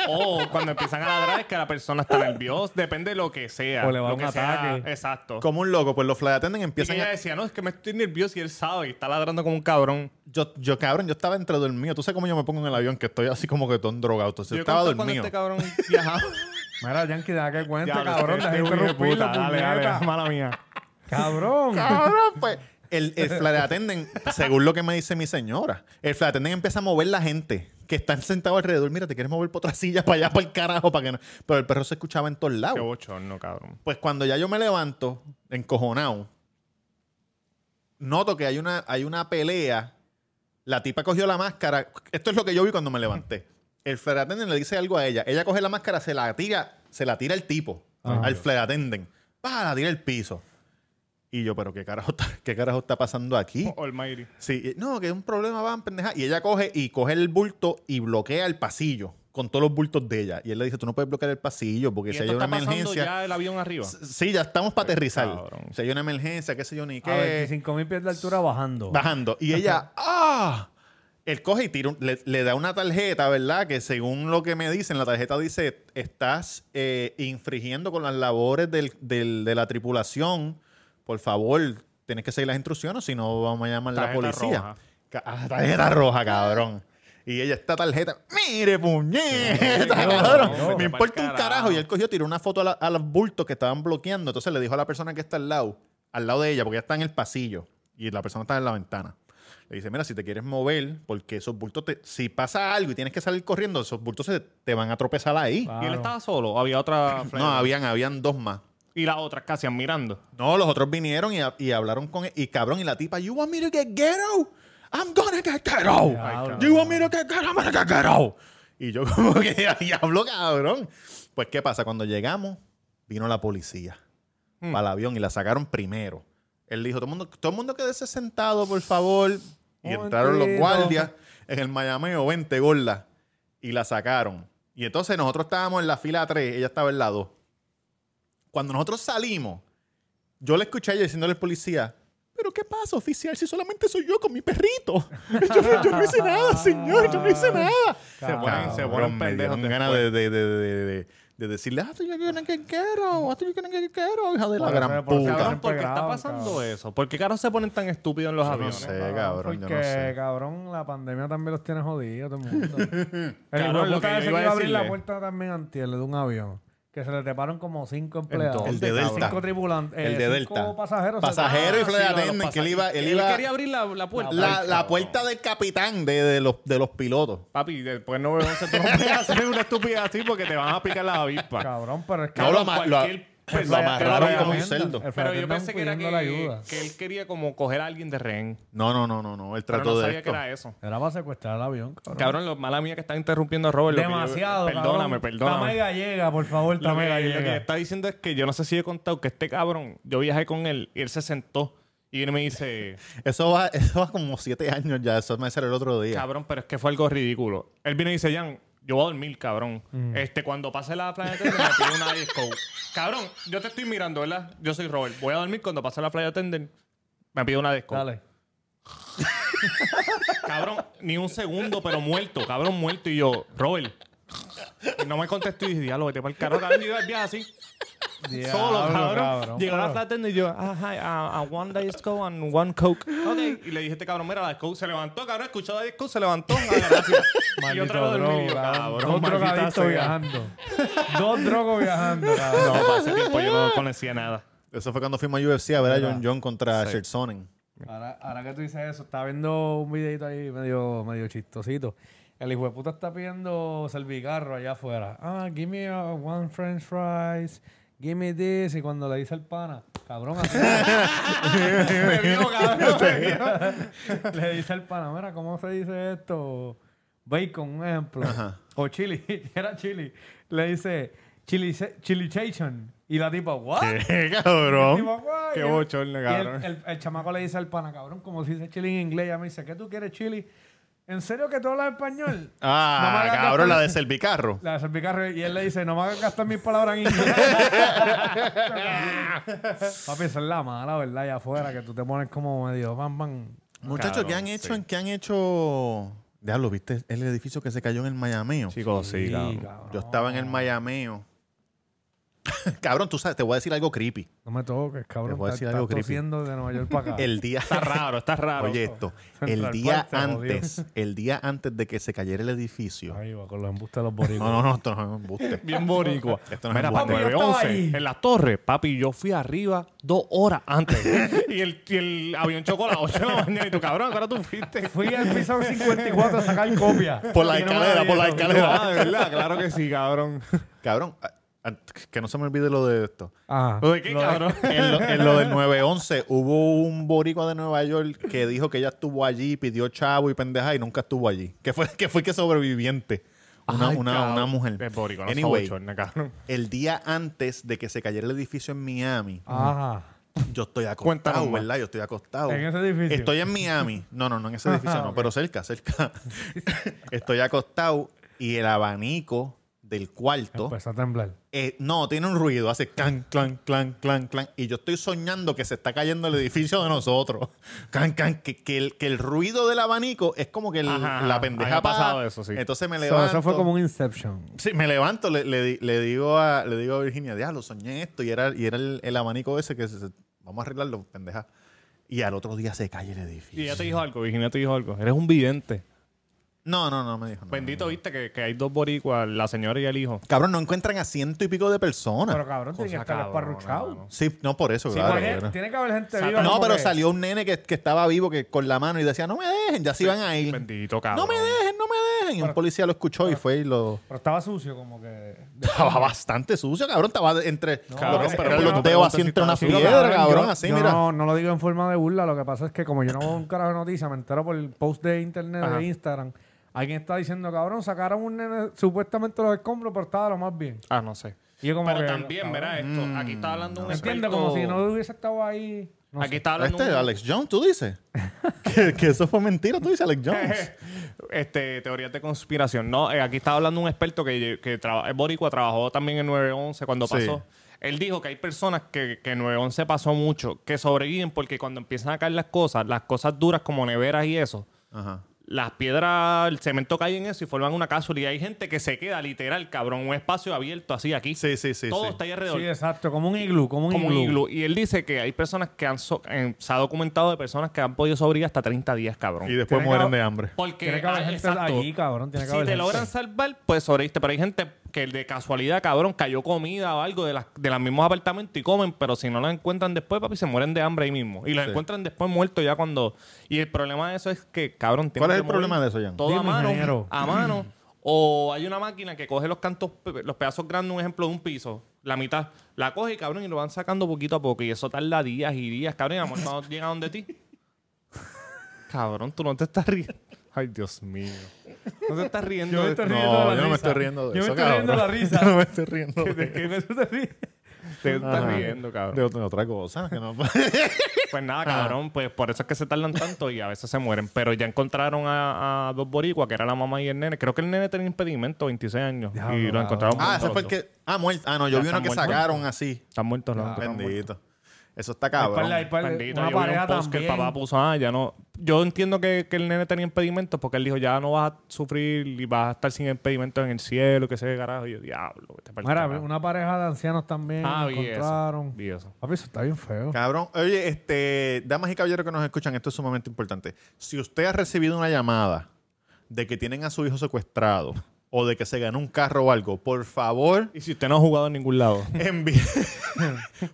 O cuando empiezan a ladrar es que la persona está nerviosa. Depende de lo que sea.
O le va
lo
un
que sea,
ataque.
Exacto.
como un loco, pues los flight attendants
Y que
empiezan
ella
a...
decía, no, es que me estoy nervioso y él sabe y está ladrando como un cabrón.
Yo, yo, cabrón, yo estaba entre dormido. Tú sabes cómo yo me pongo en el avión, que estoy así como que todo drogado. Entonces, yo
Yo
estaba
conté cuando
dormido.
este cabrón viajaba.
Mira, Yankee, deja que cuente,
Diablo,
cabrón.
este
Deja de
hijo de
interrumpirlo,
puta, Dale,
puñeta.
dale, mala mía.
Cabrón.
Cabrón, pues... El, el flight attendant, según lo que me dice mi señora, el flight attendant empieza a mover la gente que están sentados alrededor. Mira, te quieres mover por otra silla, para allá, para el carajo, para que no. Pero el perro se escuchaba en todos lados.
Qué bochorno, cabrón.
Pues cuando ya yo me levanto, encojonado, noto que hay una, hay una pelea. La tipa cogió la máscara. Esto es lo que yo vi cuando me levanté. El flight attendant le dice algo a ella. Ella coge la máscara, se la tira, se la tira el tipo,
Ah,
al flight attendant. Pa, la tira el piso. Y yo, pero qué carajo está, qué carajo está pasando aquí.
Almighty.
Sí, eh, no, que es un problema, van, pendeja. Y ella coge y coge el bulto y bloquea el pasillo con todos los bultos de ella. Y él le dice, tú no puedes bloquear el pasillo porque
Y
si
esto
hay
está
una
pasando
emergencia...
ya el avión arriba.
Sí, ya estamos para aterrizar.
cabrón.
Si hay una emergencia, qué sé yo, ni
A
qué.
25 mil pies de altura bajando.
Bajando. Y ella, ¡ah! Él coge y tira un- le, le da una tarjeta, ¿verdad? Que según lo que me dicen, la tarjeta dice, estás eh, infringiendo con las labores del- del- de la tripulación. Por favor, tienes que seguir las instrucciones, si no vamos a llamar a la
Tarjeta
policía.
roja.
Ca- ah, tarjeta roja, cabrón. Y ella, esta tarjeta, mire, puñeta,
Ay, no,
cabrón.
no,
me
no,
importa un carajo.
pa'l carajo.
Y él cogió, tiró una foto a, la- a los bultos que estaban bloqueando. Entonces le dijo a la persona que está al lado, al lado de ella, porque ella está en el pasillo y la persona está en la ventana. Le dice, mira, si te quieres mover, porque esos bultos, te- si pasa algo y tienes que salir corriendo, esos bultos se te van a tropezar ahí.
Claro.
¿Y él estaba solo? ¿O había otra?
No, habían, habían dos más.
Y las otras casi mirando.
No, los otros vinieron y, y hablaron con él. Y cabrón, y la tipa, you want me to get ghetto? I'm gonna get ghetto.
Diablo.
you want me to get ghetto? I'm gonna get ghetto. Y yo como que diablo, cabrón. Pues, ¿qué pasa? Cuando llegamos, vino la policía para el avión y la sacaron primero. Él dijo, todo el mundo, todo el mundo quédese sentado, por favor. Y entraron los
Momentito.
guardias en el Miami o 20, gorda. Y la sacaron. Y entonces nosotros estábamos en la fila 3, ella estaba en la 2. Cuando nosotros salimos, yo le escuché a ella diciéndole al policía, pero ¿qué pasa, oficial? Si solamente soy yo con mi perrito. Yo, yo no hice nada, señor, yo no hice nada.
Se ponen- se
ponen
Cabrón, me
pendejos
dieron ganas de, de, de, de, de- de decirle, ah, tú yo quiero que quiero, ah, tú yo quiero que quiero, hija de la
Por
gran
eso, por eso,
puta.
Cabrón,
Cabrón,
¿por qué está
pegado,
pasando
cabrón.
eso? ¿Por qué caros se ponen tan estúpidos en los
Yo no
aviones?
sé, Eh, cabrón, yo
Porque,
no sé.
cabrón, la pandemia también los tiene jodidos todo el mundo. el
Cabrón,
hijo de
lo que yo
puta ese que
iba a
iba a abrir
decirle.
la puerta también antier de un avión. Que se le taparon como cinco empleados.
Entonces,
El de Delta.
Cinco tripulantes. eh,
El de
cinco
Delta.
pasajeros.
Pasajero
se
y flight
Ah, sí, lo-
attendant, que él
pasa-
iba... Él
Él
iba
quería abrir la, la puerta.
la,
Ay,
la
cabrón.
puerta del capitán de, de los, de los pilotos.
Papi, después no veo tú no puedes hacer una estúpida así porque te van a picar las
taparon.
avispas.
Cabrón, pero es que...
No, lo, ama- lo- pues, lo
cualquier persona-
amarraron
pero
como un
obviamente,
cerdo.
el
Pero yo
Fernández
pensé que era que,
pidiéndole ayuda.
que él quería como coger a alguien de rehén.
No, no, no, no, no. Él
Pero
trató
no
de
sabía que
esto.
era eso.
Era para secuestrar el avión, cabrón.
Cabrón, lo mala mía que está interrumpiendo a Robert. lo que yo-
Demasiado,
Perdóname,
cabrón.
perdóname.
Dame gallega, por favor,
Lo
dame
que, lo que
gallega.
está diciendo es que yo no sé si he contado que este cabrón, yo viajé con él y él se sentó y él me dice,
Eso va, eso va como siete años ya. Eso me salió el otro día.
cabrón, pero es que fue algo ridículo. Él viene y dice, Jan, yo voy a dormir, cabrón. Este, cuando pase la playa tender, me pide una disco. cabrón, yo te estoy mirando, ¿verdad? Yo soy Robert. Voy a dormir cuando pase la playa tender, me pide una disco.
Dale.
Cabrón, ni un segundo, pero muerto, cabrón, muerto. Y yo, Robert. Y no me contestó y dije, diablo, vete para el carro, cabrón. Y yo viaje así. solo,
Diablo,
cabrón. Llegó a la
pero-
flatenda y yo, ah, hi, ah, ah, one Diet Coke and one Coke. Ok. Y le dije a este cabrón, mira, la Diet Coke se levantó, cabrón, escuchó la Diet Coke, se levantó. ah, gracias. y otra vez dormí. y yo, cabrón,
Dos
maldita
drogadictos
sea.
viajando. Dos drogos viajando, cabrón.
No, para ese tiempo yo no conocía nada.
Eso fue cuando fuimos a UFC a ver a
¿Verdad?
John John contra Sher Sonnen.
Ahora, ahora que tú dices eso, estaba viendo un videito ahí medio, medio chistosito. El hijo de puta está pidiendo servicarro allá afuera. Ah, give me a one french fries, give me this. Y cuando le dice el pana, cabrón, así,
me vio, cabrón, me vio.
le dice el pana, mira, ¿cómo se dice esto? Bacon, un ejemplo.
Ajá.
O chili, era chili. Le dice chili, chilichation. Y la tipa, what?
¿Qué,
Y
cabrón?
yo, "Guay".
Qué
Y el-
bochorno,
y
cabrón.
El, el- el chamaco le dice al pana, cabrón, como si dice chili en inglés. Ella me dice, ¿qué tú quieres chili? ¿En serio que tú hablas español? No me
Ah,
hagas
cabrón,
gastar-
la de Servicarro.
La de salpicarro. Y él le dice, no me hagas gastar mis palabras en inglés. Papi, esa es la mala, ¿verdad? Allá afuera, que tú te pones como medio, bam, bam.
Muchachos, ¿qué han
Cabrón,
hecho?
sí.
¿En qué han hecho? Diablo, ¿viste el edificio que se cayó en el Miameo?
Chicos, sí,
Sí,
cabrón.
cabrón.
Yo estaba en el Miameo. cabrón, tú sabes, te voy a decir algo creepy.
No me toques, cabrón.
Te voy a
Estás-
decir algo
estás
creepy.
tosiendo de Nueva York para acá.
El día...
Ah. Está raro, está raro.
Oye esto, el
Central
día
Park se jodió.
antes, el día antes de que se cayera el edificio.
Ahí va, con los embustes de los
No,
boricuas.
no, no, esto no es un embuste.
Bien boricua.
Esto no es
Mira,
embuste.
Papi, yo
para 9
estaba
11
ahí.
en la torre, papi, yo fui arriba dos horas antes. y, el, y el avión chocó a las 8 de la mañana. Y tú, cabrón, ahora tú fuiste.
Fui al piso 54 a sacar copia.
Por la
Y no me Ah,
escalera, por la
dieron.
escalera.
de verdad, claro que sí, cabrón.
Cabrón, ah, ah, que no se me olvide lo de esto.
Ajá.
¿De qué,
Lo-
cabrón?
En lo, en lo del 911 hubo un boricua de Nueva York que dijo que ella estuvo allí, pidió chavo y pendeja y nunca estuvo allí. Que fue que fue que sobreviviente. Una,
Ay,
una-
cabrón. Eh,
una mujer.
Es boricua, no
anyway,
soy bochorna, cabrón.
el día antes de que se cayera el edificio en Miami,
Ajá.
yo estoy acostado,
Cuéntanos más.
¿verdad? Yo estoy acostado.
En ese edificio.
Estoy en Miami. No, no, no en ese edificio, no, pero cerca, cerca. estoy acostado y el abanico del cuarto
Empezó Pues a temblar.
eh, no, tiene un ruido, hace can, clan, clan, clan, clan. Y yo estoy soñando que se está cayendo el edificio de nosotros. Can, can, que, que el, que el ruido del abanico es como que el-
Ajá, ajá.
la pendeja
Había
pa-
pasado eso, sí.
Entonces me
So,
levanto.
eso fue como un Inception.
Sí, me levanto, le, le di- le digo, a, le digo a Virginia, diablo, soñé esto. Y era, y era el, el abanico ese que se- se- vamos a arreglarlo, pendeja. Y al otro día se cae el edificio.
Y ella te dijo algo, Virginia te dijo algo. Eres un vidente.
No, no, no me dijo. no.
Bendito, viste, que, que hay dos boricuas, la señora y el hijo.
Cabrón, no encuentran a ciento y pico de personas.
Pero cabrón, tiene que
Cosa
estar
cabrona,
esparruchado.
mano.
sí, no por eso,
Sí,
claro.
porque
claro.
tiene que haber gente
Sa-
viva.
No,
como
pero
que-
salió un nene que, que estaba vivo que con la mano y decía, no me dejen, ya se iban a ir.
Bendito,
No
cabrón.
me dejen, no me dejen. Y un policía lo escuchó y fue y lo...
Pero estaba sucio, como que.
Estaba bastante sucio, cabrón. Estaba entre
Cabrón,
lo que-
pero
eran
bueno,
los
pero
dedos
entonces
así entre una
estaba sucio,
piedra,
Cabrón,
cabrón,
yo-
así,
yo
mira.
No, no lo digo en forma de burla, lo que pasa es que como yo no veo un carajo de noticias, me entero por el post de internet
Ajá.
de Instagram. Alguien está diciendo, cabrón, sacaron un nene supuestamente los escombros, pero estaba lo más bien.
Ah, no sé.
Y yo como
Pero
que,
también,
cabrón,
verá esto.
Mm,
Aquí está hablando un
Entiendo,
experto.
como si no hubiese estado ahí. no
Aquí
sé.
está hablando
Este,
un-
Alex Jones, tú dices. que, que eso fue mentira, tú dices, Alex Jones.
este, teorías de conspiración. No, eh, aquí estaba hablando un experto que, que traba- es boricua, trabajó también en 911 cuando
Sí.
pasó. Él dijo que hay personas que, que 911 pasó mucho, que sobreviven porque cuando empiezan a caer las cosas, las cosas duras como neveras y eso,
Ajá.
las piedras, el cemento cae en eso y forman una cápsula. Y hay gente que se queda literal, cabrón, un espacio abierto así aquí.
Sí, sí, sí.
Todo
sí.
está ahí alrededor
Sí, exacto, como un iglú, como un
como un
iglú.
iglú. Y él dice que hay personas que han so- eh, se ha documentado de personas que han podido sobrevivir hasta 30 días, cabrón.
Y después
Tiene
mueren
que-
de hambre.
Porque
Tiene que haber
ah,
gente allí, cabrón, tiene que
si
haber
te
gente.
logran salvar, pues sobreviviste. Pero hay gente que de casualidad, cabrón, cayó comida o algo de, las, de los mismos apartamentos y comen, pero si no los encuentran después, papi, se mueren de hambre ahí mismo. Y los
Sí.
encuentran después muertos ya cuando. Y el problema de eso es que, cabrón, tienen
¿Cuál es
que
el
mover
problema de eso, Jan?
Todo a
Dime,
mano.
ingeniero.
A mano. O hay una máquina que coge los cantos, pe- los pedazos grandes, un ejemplo de un piso, la mitad, la coge, cabrón, y lo van sacando poquito a poco. Y eso tarda días y días, cabrón, y a lo mejor cuando llega donde ti. Cabrón, tú no te estás riendo. Ay, Dios mío. No te estás riendo.
Yo me
de-
estoy
No,
riendo de la
yo no me
risa.
estoy riendo de
Yo
eso,
me estoy riendo de la
cabrón.
risa.
Yo no me estoy riendo de
¿De qué tú te ríes?
Te estás
Ajá.
riendo,
De
cabrón.
otra, de otra cosa. que no-
Pues nada, cabrón, pues por eso es que se tardan tanto y a veces se mueren. Pero ya encontraron a, a dos boricuas, que era la mamá y el nene. Creo que el nene tenía impedimento, 26 años.
Diablo,
y lo
cabrón.
encontraron
ah,
muertos
ese fue el
los
que. Ah, muerto. Ah, no, yo
Ya
vi uno
están
que
muertos.
sacaron así.
dos. Están muertos, ¿no? Están muertos.
Bendito. Eso está
Hay par-
cabrón.
hay par-
Bendito,
una
yo vi
pareja
un post que
también.
el papá puso, ah, ya no. Yo entiendo que, que el nene tenía impedimentos porque él dijo, ya no vas a sufrir y vas a estar sin impedimentos en el cielo, que se ve carajo. Y yo, diablo, vete pa'l
Mira,
carajo".
una pareja de ancianos también
Ah, vi eso.
encontraron.
Vi eso.
Papi, eso está bien feo.
Cabrón, oye, este, damas y caballeros que nos escuchan, esto es sumamente importante. Si usted ha recibido una llamada de que tienen a su hijo secuestrado o de que se ganó un carro o algo, por favor,
Y si usted no ha jugado en ningún lado.
envíe.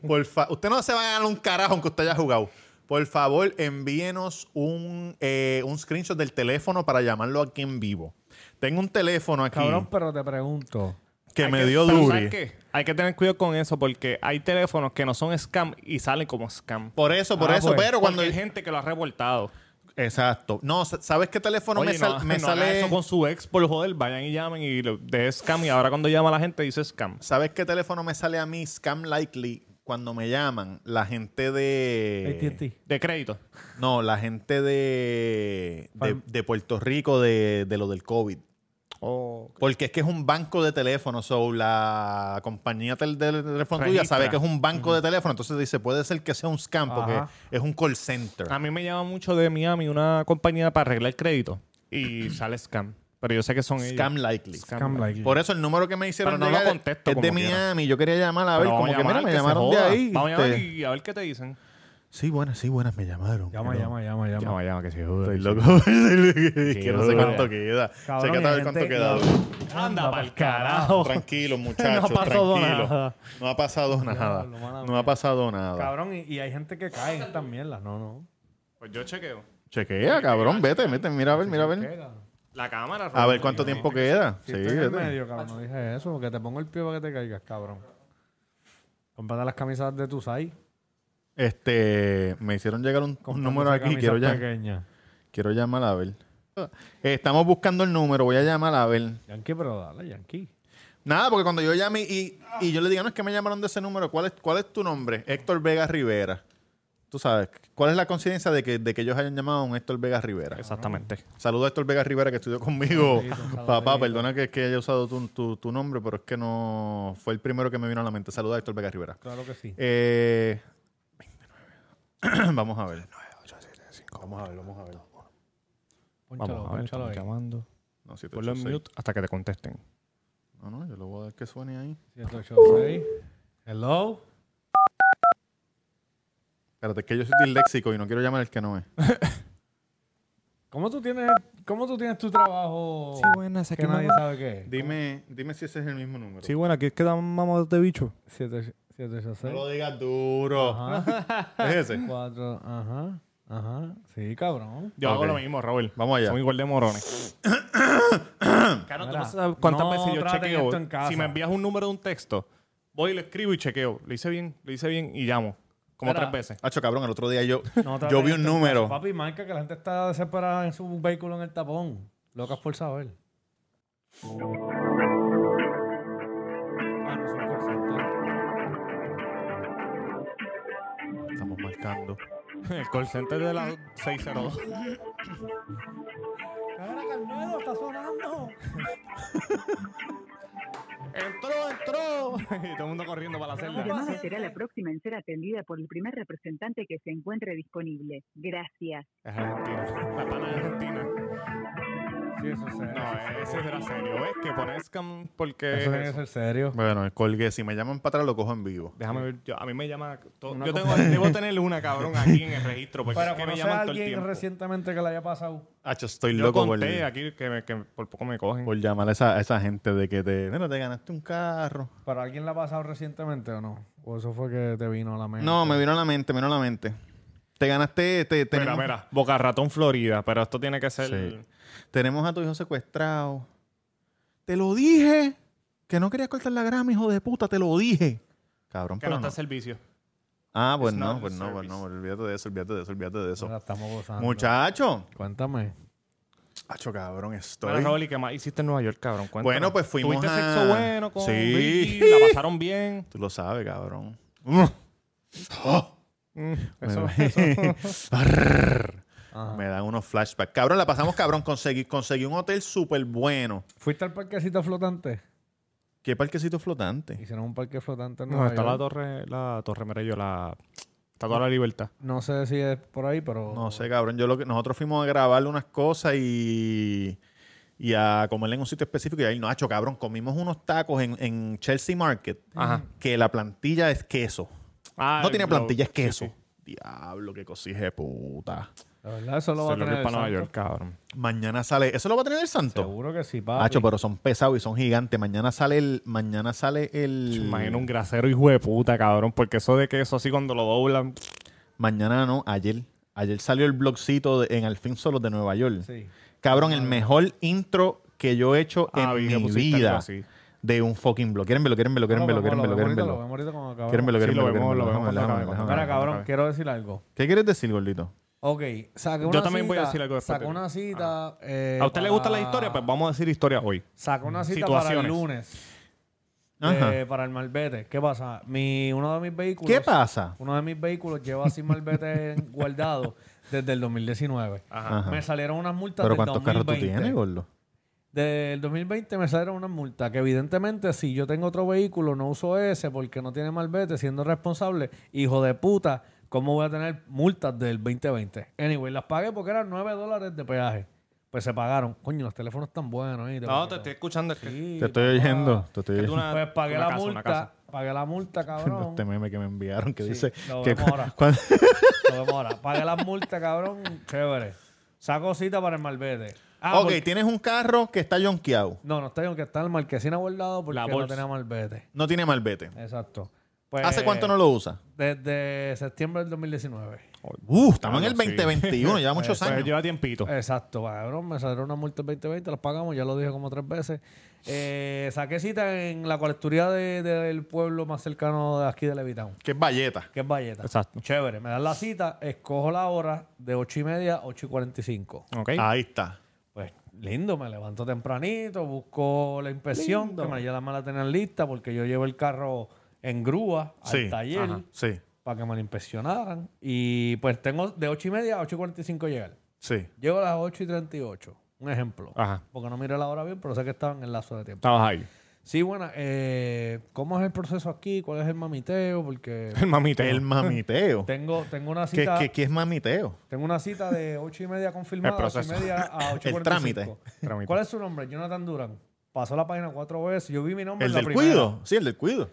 por fa- usted no se va a ganar un carajo aunque usted haya jugado. Por favor, envíenos un, eh, un screenshot del teléfono para llamarlo aquí en vivo. Tengo un teléfono aquí
Cabrón, pero te pregunto.
que
Hay
me dio
pero
duri.
¿sabes qué? Hay que tener cuidado con eso porque hay teléfonos que no son scam y salen como scam.
Por eso, por
Ah,
eso,
pues,
pero cuando...
Cuando hay gente que lo ha revoltado.
Exacto. No, sa- ¿sabes qué teléfono
Oye,
me, sal-
no,
me
no haga
sale?
eso con su ex, por joder, vayan y llamen y lo- de scam y ahora cuando llama la gente dice scam.
¿Sabes qué teléfono me sale a mí scam likely cuando me llaman? La gente de...
AT&T.
De crédito.
No, la gente de, de,
Fal-
de Puerto Rico de, de lo del COVID.
Oh.
Porque es que es un banco de teléfono. So, la compañía tel- de teléfono tuya
Registra.
sabe que es un banco de teléfono. Entonces dice, puede ser que sea un scam porque
Ajá.
es un call center.
A mí me llama mucho de Miami una compañía para arreglar crédito y sale scam. Pero yo sé que son ellos.
Scam likely.
Scam
Cam
likely.
like.
Por eso el número que me hicieron
Pero no lo
llegar
contesto
es de
como quiera.
Miami. Yo quería llamar a ver,
Pero
como que
vamos a llamar,
mira, me
que se
llamaron de
joda.
ahí.
Vamos a
este.
llamar y a ver qué te dicen.
Sí, buenas, sí, buenas, me llamaron.
Llama,
pero-
llama, llama, llama.
Llama, llama, que se joda.
Estoy loco. que no sé
duro.
cuánto queda.
Cabrón,
Chécate a
hay
ver cuánto
gente-
queda.
Anda pa'l carajo.
Tranquilo, muchachos.
No ha pasado
tranquilo.
nada.
No ha pasado nada.
Diablo, mala
no
mía.
ha pasado nada.
Cabrón, y, y hay gente que cae en estas mierdas. No, no.
Pues yo chequeo.
Chequea, cabrón. Vete, vete. Mira a ver, mira a ver.
Pega.
La cámara.
A ver
Roberto,
cuánto
yo-
tiempo queda.
Si
Sí,
estoy en el
vete.
medio, cabrón, no dije eso, porque te pongo el pie para que te caigas, cabrón. Comprate las camisas de tus ahí.
Este, me hicieron llegar un, un número aquí. Quiero, ya,
Pequeña.
quiero llamar a ver. Eh, Estamos buscando el número. Voy a llamar a ver.
Yankee, pero dale, Yankee.
Nada, porque cuando yo llame y, y yo le diga, no es que me llamaron de ese número, ¿cuál es, cuál es tu nombre? Héctor Vega Rivera. Tú sabes, ¿cuál es la coincidencia de que, de que ellos hayan llamado a un Héctor Vega Rivera?
Exactamente.
Saludo a Héctor Vega Rivera que estudió conmigo.
Saludito, saludito.
Papá, perdona que, que haya usado tu, tu- tu nombre, pero es que no fue el primero que me vino a la mente. Saluda a Héctor Vega Rivera.
Claro que sí.
Eh, vamos a ver. Vamos a ver, vamos a ver.
Pónchalo, pónchalo ahí.
llamando.
No, siete,
Ponlo
ocho,
en
seis.
mute hasta que te contesten.
No, no, yo lo voy a dar que suene ahí.
786. Hello.
Espérate, es que yo soy disléxico y no quiero llamar al que no es.
¿Cómo tú tienes, cómo tú tienes tu trabajo
Sí, buenas,
Oh, que
aquí
nadie
mamá.
sabe qué es?
Dime, dime si ese es el mismo número.
Sí, bueno, aquí es que dan mamá de bicho.
786.
No lo
¿Eh?
digas duro. Es ese.
4, ajá, ajá. Sí, cabrón.
Yo hago
Ok.
lo mismo, Raúl.
Vamos allá.
Son igual de morones. claro, tú
Mira,
no sabes cuántas
no
veces yo
traten
chequeo.
esto en casa.
Si me envías un número de un texto, voy y le escribo y chequeo. Lo hice bien, lo hice bien y llamo. Como
Mira.
tres veces.
Hacho, cabrón, el otro día yo,
No te
yo vi
atreves,
un número.
Papi, marca que la gente está desesperada en su vehículo en el tapón. Locas por saber. Ah, no, son call center.
Estamos marcando.
El call center de la 602. ¡Entró, entró! y todo el mundo corriendo para la celda.
Llamada será la próxima en ser atendida por el primer representante que se encuentre disponible. Gracias.
Es Argentina. La pana de Argentina.
Sí, eso es serio.
No, ese será serio. ¿Ves? Que pones cam porque...
eso tiene que ser serio.
Bueno, colgué. Si me llaman para atrás, lo cojo en vivo.
Déjame ver, yo- a mí me llama. to-
Una
yo
cosa-
tengo, debo tener una cabrón aquí en el registro, porque
Pero
pues, es que me
conoces a
llaman todo el
alguien
tiempo.
recientemente que le haya pasado.
Hacho, estoy
yo
loco por,
conté aquí que, me- que por poco me cogen.
por llamar a esa, a esa gente de que te. Bueno, te ganaste un carro.
¿Pero alguien le ha pasado recientemente o no? ¿O eso fue que te vino a
Eh,
la mente?
No, me vino a la mente, me vino a la mente. Te ganaste. Te,
Mira,
tenemos,
mira, Boca Ratón, Florida, pero esto tiene que ser.
Sí. tenemos a tu hijo secuestrado. Te lo dije. Que no querías cortar la grama, hijo de puta, te lo dije. Cabrón,
Que no
pero no.
está el servicio.
Ah, pues
It's
no,
not
pues
the
no, pues
service.
no. Olvídate de eso, olvídate de eso, olvídate de
Ahora
eso.
estamos gozando.
Muchacho.
Cuéntame.
Hacho, cabrón, estoy.
Mira, Raúl, ¿y qué más hiciste en Nueva York, cabrón? Cuéntanos.
Bueno, pues fuimos
¿Tuviste
a-
sexo bueno con
Sí.
Vicky? ¿La pasaron bien?
Tú lo sabes, cabrón. Mm. Oh.
Mm, Eso,
Me-
eso.
Arr.
Ajá.
Me dan unos flashbacks. Cabrón, la pasamos cabrón. Conseguí, conseguí un hotel súper bueno.
¿Fuiste al parquecito flotante?
¿Qué parquecito flotante?
Hicieron un parque flotante en
No,
Nueva
está
York.
la torre, la torre Merello, la. Está toda la libertad.
No sé si es por ahí, pero...
No sé, cabrón. Yo lo que, nosotros fuimos a grabarle unas cosas y, y a comerle en un sitio específico. Y ahí, Nacho, cabrón, comimos unos tacos en, en Chelsea Market.
Ajá.
Que la plantilla es queso.
Ah,
no tiene
lo-
plantilla, es
sí,
queso.
sí.
Diablo, qué cosije puta.
La verdad, eso lo
Eso
va a
es lo que
tener
es para Nueva
el
York,
santo.
cabrón.
Mañana sale. ¿Eso lo va a tener el santo?
Seguro que sí, papi.
Nacho, pero son pesados y son gigantes. Mañana sale el. Mañana sale el.
Me imagino un grasero hijo de puta, cabrón. Porque eso de que eso así cuando lo doblan.
Mañana no, ayer. Ayer salió el blogcito de- en Al fin Solos de Nueva York.
Sí. Ah.
Cabrón, el mejor intro que yo he hecho
Ah, vi
en
que
mi
pusiste algo
vida
así.
de un fucking blog. Quieren verlo, quieren verlo, quieren verlo, quieren verlo, quieren
ahorita,
verlo.
vemos ahorita cuando acabemos.
Quieren verlo,
Sí,
quieren
lo
verlo,
vemos,
quieren
lo
verlo.
vemos cuando
Déjame,
acabe,
déjame,
cuando
Mira,
déjame.
cabrón,
acabe.
quiero decir algo.
¿Qué quieres decir, gordito?
Ok, saqué
Yo
una
también voy a
cita-
decir algo después
Sacó
de ti. Ah.
una cita... eh,
¿A usted le gusta la
para-
historia? Pues vamos a decir historia hoy.
Sacó una cita para el
Situaciones.
lunes.
Ajá.
eh, para el malvete. ¿Qué pasa? Mi, uno de mis vehículos...
¿Qué pasa?
Uno de mis vehículos lleva sin malvete guardado desde el 2019.
Ajá.
Ah, Me salieron unas multas
¿Pero
del
cuántos carros tú
2020.
tienes, gordo?
Del 2020 me salieron unas multas que evidentemente si yo tengo otro vehículo no uso ese porque no tiene malvete siendo responsable, hijo de puta, ¿cómo voy a tener multas del 2020? Anyway, las pagué porque eran 9 dólares de peaje. Pues se pagaron. Coño, los teléfonos están buenos. ¿eh?
No, te estoy escuchando.
Sí,
Te estoy
papá.
oyendo, te estoy
que
oyendo.
tú una-
Pues pagué
Una
la
casa, una
multa.
casa.
Pagué la multa, cabrón.
Este meme que me enviaron que
Sí,
dice
lo
que
vemos
cu-
ahora.
cuando-
Nos vemos ahora. Pagué la multa, cabrón. Chévere. Saco cita para el malvete. Ah,
Ok,
porque-
tienes un carro que está jonqueado.
No, no está bien que está el marquesina guardado porque
La
no
bolsa.
tenía malvete.
No tiene malvete.
Exacto. Pues,
¿Hace cuánto no lo usa?
Desde septiembre del 2019.
Uh, estamos en el
Claro, sí.
2021, lleva muchos
Pues
años.
lleva tiempito.
Exacto, cabrón. Me salió una multa en 2020, las pagamos, ya lo dije como tres veces. Eh, saqué cita en la colecturía de- del pueblo más cercano de aquí de Levitown,
Que es Valleta.
que es Valleta.
Exacto.
Chévere, me dan la cita, escojo la hora de 8 y media a 8 y 45.
Ok.
Ahí está.
Pues lindo, me levanto tempranito, busco la inspección, que me ya me la tenían lista porque yo llevo el carro en grúa al
Sí,
taller.
ajá, sí,
para que me lo inspeccionaran. Y pues tengo de 8 y media a 8 y 45 llegar.
sí.
Llego a las 8 y 38. Un ejemplo.
Ah.
Ajá.
Porque no miré la hora bien, pero sé que estaban en el lazo de tiempo.
Estabas ahí.
Sí, bueno, eh, ¿cómo es el proceso aquí? ¿Cuál es el mamiteo? Porque
El mamita.
El mamiteo.
tengo, tengo una
¿Qué,
cita.
qué- qué es mamiteo?
Tengo una cita de 8 y media confirmada,
El
8 y
proceso.
media a 8 y
El trámite.
Trámite.
¿Cuál es su nombre? Jonathan Durán. Pasó la página cuatro veces. Yo vi mi nombre
El
en la
del
primera.
cuido. Sí, el del cuido.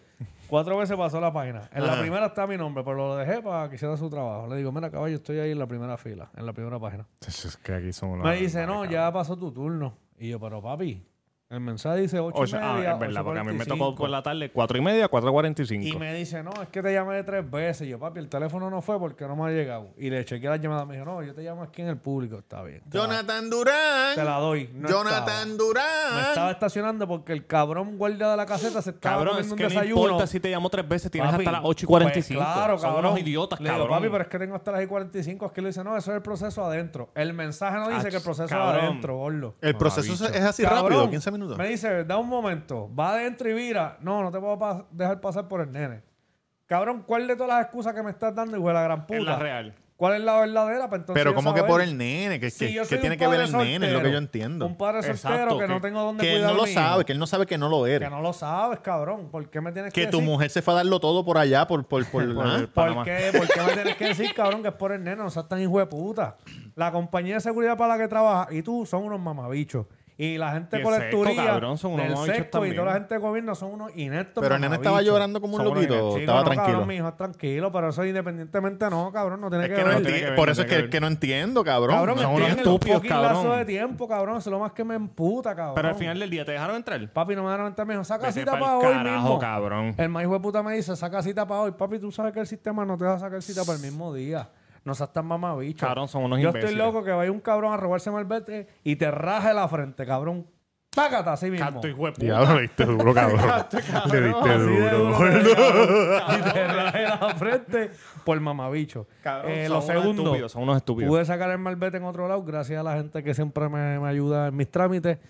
Cuatro veces pasó la página. En la
Ajá.
primera está mi nombre, pero lo dejé para que hiciera su trabajo. Le digo, mira, caballo, estoy ahí en la primera fila, en la primera página.
Es que aquí son
Me dice, no, ya pasó tu turno. Y yo, pero papi, el mensaje dice 8 y
ah,
media,
es verdad, porque a mí me
8:45".
tocó por la tarde 4 y media, 4.45.
Y me dice, no, es que te llamé tres veces. Y yo, papi, el teléfono no fue porque no me ha llegado. Y le chequeé la llamada. Me dijo, no, yo te llamo aquí en el público. Está bien. Te la-
Jonathan Durán.
Te la doy. No
Jonathan
estaba.
Durán.
Me estaba estacionando porque el cabrón guardia de la caseta se estaba
Cabrón, es
comiendo
que
un
no
desayuno.
importa si te llamó tres veces, tienes
Papi,
hasta las 8 y
pues
45.
claro,
Son
cabrón.
unos idiotas,
Le digo,
cabrón.
papi, pero es que tengo hasta las y 45. Es que le dice, no, eso es el proceso adentro. El mensaje no dice
Ach,
que el proceso
cabrón.
es adentro, gordo.
El proceso
bicho.
es así
Cabrón,
rápido, 15 minutos.
Me dice, da un momento, va adentro y vira. No, no te puedo pas- dejar pasar por el nene. Cabrón, ¿cuál de todas las excusas que me estás dando, hijo de la gran puta?
Es la real.
¿Cuál es la verdadera? Para entonces
Pero
yo
como que
saber?
por el nene, que,
Si
que-
yo
que
soy un
tiene que ver el
padre
nene, es lo que yo
soltero,
entiendo.
Un padre soltero
Exacto,
que,
que-
no tengo dónde
que él
cuidar
no
a
lo
mi hijo.
sabe, que él no sabe que no lo eres.
Que no lo sabes, cabrón. ¿Por qué me tienes que,
Que tu
decir?
mujer se fue a darlo todo por allá, por... por, por- ¿ah?
el-
¿Por
Panamá.
qué? ¿Por qué me tienes que decir, cabrón, que es por el nene? No seas tan hijo de puta. La compañía de seguridad para la que trabaja y tú son unos mamabichos. Y la gente
Y el
colecturía
sexco, cabrón, son unos
del
mamabichos
sexco y
también.
toda la gente de gobierno son unos ineptos
Pero el nene estaba
mamabichos.
llorando como un
Son unos
loquito,
nenes.
Chico,
estaba
no, Cabrón, mi
tranquilo.
hijo es tranquilo, pero eso independientemente no, cabrón, no tiene
Es
que,
que no
ver.
tiene
enti-
que ver,
por
no
eso es
tiene
que,
que ver.
que no entiendo, cabrón.
Cabrón,
Son unos
entiende, un
estúpidos,
fucking
cabrón.
lazo de tiempo, cabrón, eso es lo más que me emputa, cabrón.
Pero al final del día, ¿te dejaron entrar?
Papi, no me dejaron entrar, me dijo, saca
Vete
cita
pa'l
para hoy
carajo,
mismo.
cabrón.
El más hijo de puta me dice, saca cita para hoy. Papi, tú sabes que el sistema no te va a sacar cita para el mismo día. No seas tan mamabicho.
Cabrón, son unos
Yo estoy
imbéciles.
loco que vaya un cabrón a robarse malvete y te raje la frente, cabrón. Págata así mismo.
Canto, hijo de puta.
Diablo, le diste duro, cabrón. Le diste
Así de
duro.
duro Eh, te da, cabrón. y te raje la frente por mamabicho.
Cabrón,
Eh,
son
lo
unos
segundo,
estúpidos, son unos estúpidos.
pude sacar el malvete en otro lado gracias a la gente que siempre me, me ayuda en mis trámites.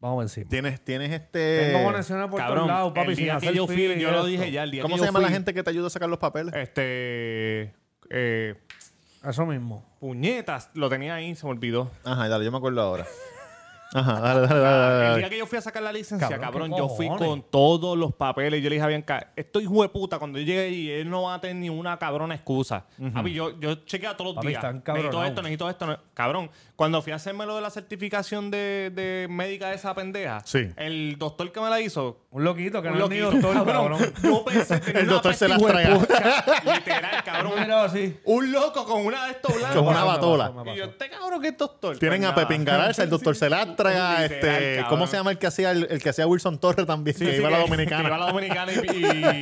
Vamos encima.
Tienes, tienes
Tengo
este...
conexiones por
Eh, Cabrón,
todos lados, papi,
el
sin
día que
hacer
yo
fila y
fui, yo lo
esto.
dije ya, el día
¿Cómo
que
se
yo
llama la
fui, Eh.
gente que te ayuda a sacar los papeles?
Este... eh,
Eso mismo.
puñetas, lo tenía ahí, se me olvidó.
Ajá, dale, yo me acuerdo ahora. Ajá, dale, dale, dale. dale,
El
dale.
día que yo fui a sacar la licencia,
Cabrón,
cabrón,
¿qué
yo fui
cojones?
con todos los papeles. Yo le dije a Bianca, estoy hijo de puta. Cuando yo llegué y él no va a tener ni una cabrona excusa. Papi, yo, yo chequeaba todos los
Papi,
días.
están
necesito
cabronados.
esto, necesito esto. ne- Cabrón, cuando fui a hacerme lo de la certificación de, de médica de esa pendeja,
Sí.
el doctor que me la hizo,
Un loquito que
un
no es ni
loquito,
doctor, cabrón.
Yo pensé tener
El
una
doctor se
peste
las
hijo de
traga.
puta. Literal, cabrón.
Mira así.
Un loco con una de estos blancos.
Con una
Pasó,
batola.
pasó, pasó.
Y yo, este cabrón que es doctor.
Tienen
Pues
a
nada.
Pepín Galarza, el doctor Celástraga,
Literal,
este,
cabrón.
¿cómo se llama el que hacía el, el que hacía Wilson Torres también?
Sí,
que
sí,
iba a la
que-
Dominicana.
que iba a la dominicana y.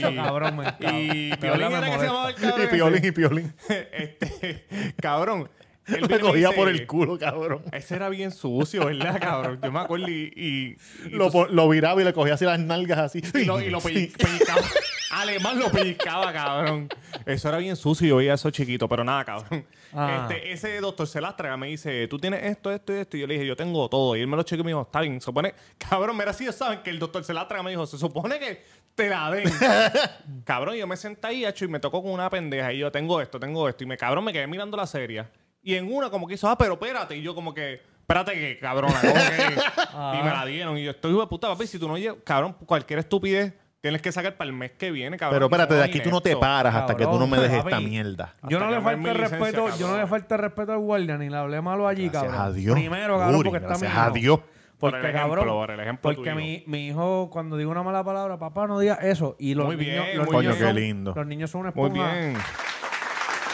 y-
Cabrón, me encanta.
Y
De
Piolín
verdad me
era que
molesta.
se llamaba el cabrón.
y
ese.
Piolín y Piolín.
Este, cabrón. él viene y
Lo
me
cogía
dice,
por el culo, cabrón.
Ese era bien sucio, ¿verdad, cabrón? Yo me acuerdo y. y, y
Lo, po- lo viraba y le cogía así las nalgas así.
y lo, y lo pelli- pellizcaba. Alemán lo pellizcaba, cabrón. Eso era bien sucio y yo veía eso chiquito, pero nada, cabrón.
Ah.
Este, ese doctor Celástraga me dice, tú tienes esto, esto y esto. Y yo le dije, yo tengo todo. Y él me lo chequeó y me dijo, está bien, supone... Cabrón, mira, si ellos saben que el doctor Celástraga me dijo, se supone que te la den. cabrón, y yo me senté ahí, hacho, y me tocó con una pendeja. Y yo, tengo esto, tengo esto. Y me, cabrón, me quedé mirando la serie. Y en una como que hizo, ah, pero espérate. Y yo como que, espérate que, cabrón. Y me la dieron. Y yo estoy hijo de puta, papi. Si tú no llevas, cabrón, cualquier estupidez tienes que sacar para el mes que viene, cabrón.
Pero espérate,
Y
de
son
aquí tú no te
ineptos.
paras hasta que tú no
Cabrón,
me dejes
papi.
esta mierda.
Yo
Hasta
no le falta
que me
el
mi licencia,
respeto, yo no
cabrón.
le falta el respeto al guardia, ni le hablé malo allí,
Gracias
cabrón.
a Dios.
Primero, cabrón,
Uy,
porque está
gracias
mi
a
hijo.
Dios.
Por
Porque,
el ejemplo,
cabrón,
por el ejemplo
porque
tuyo.
mi, mi hijo, cuando digo una mala palabra, papá, no digas eso. Y los
Muy bien,
niños, los
muy
niños
bien.
son-
Coño, qué lindo.
Los niños son una
Muy
esponja.
bien.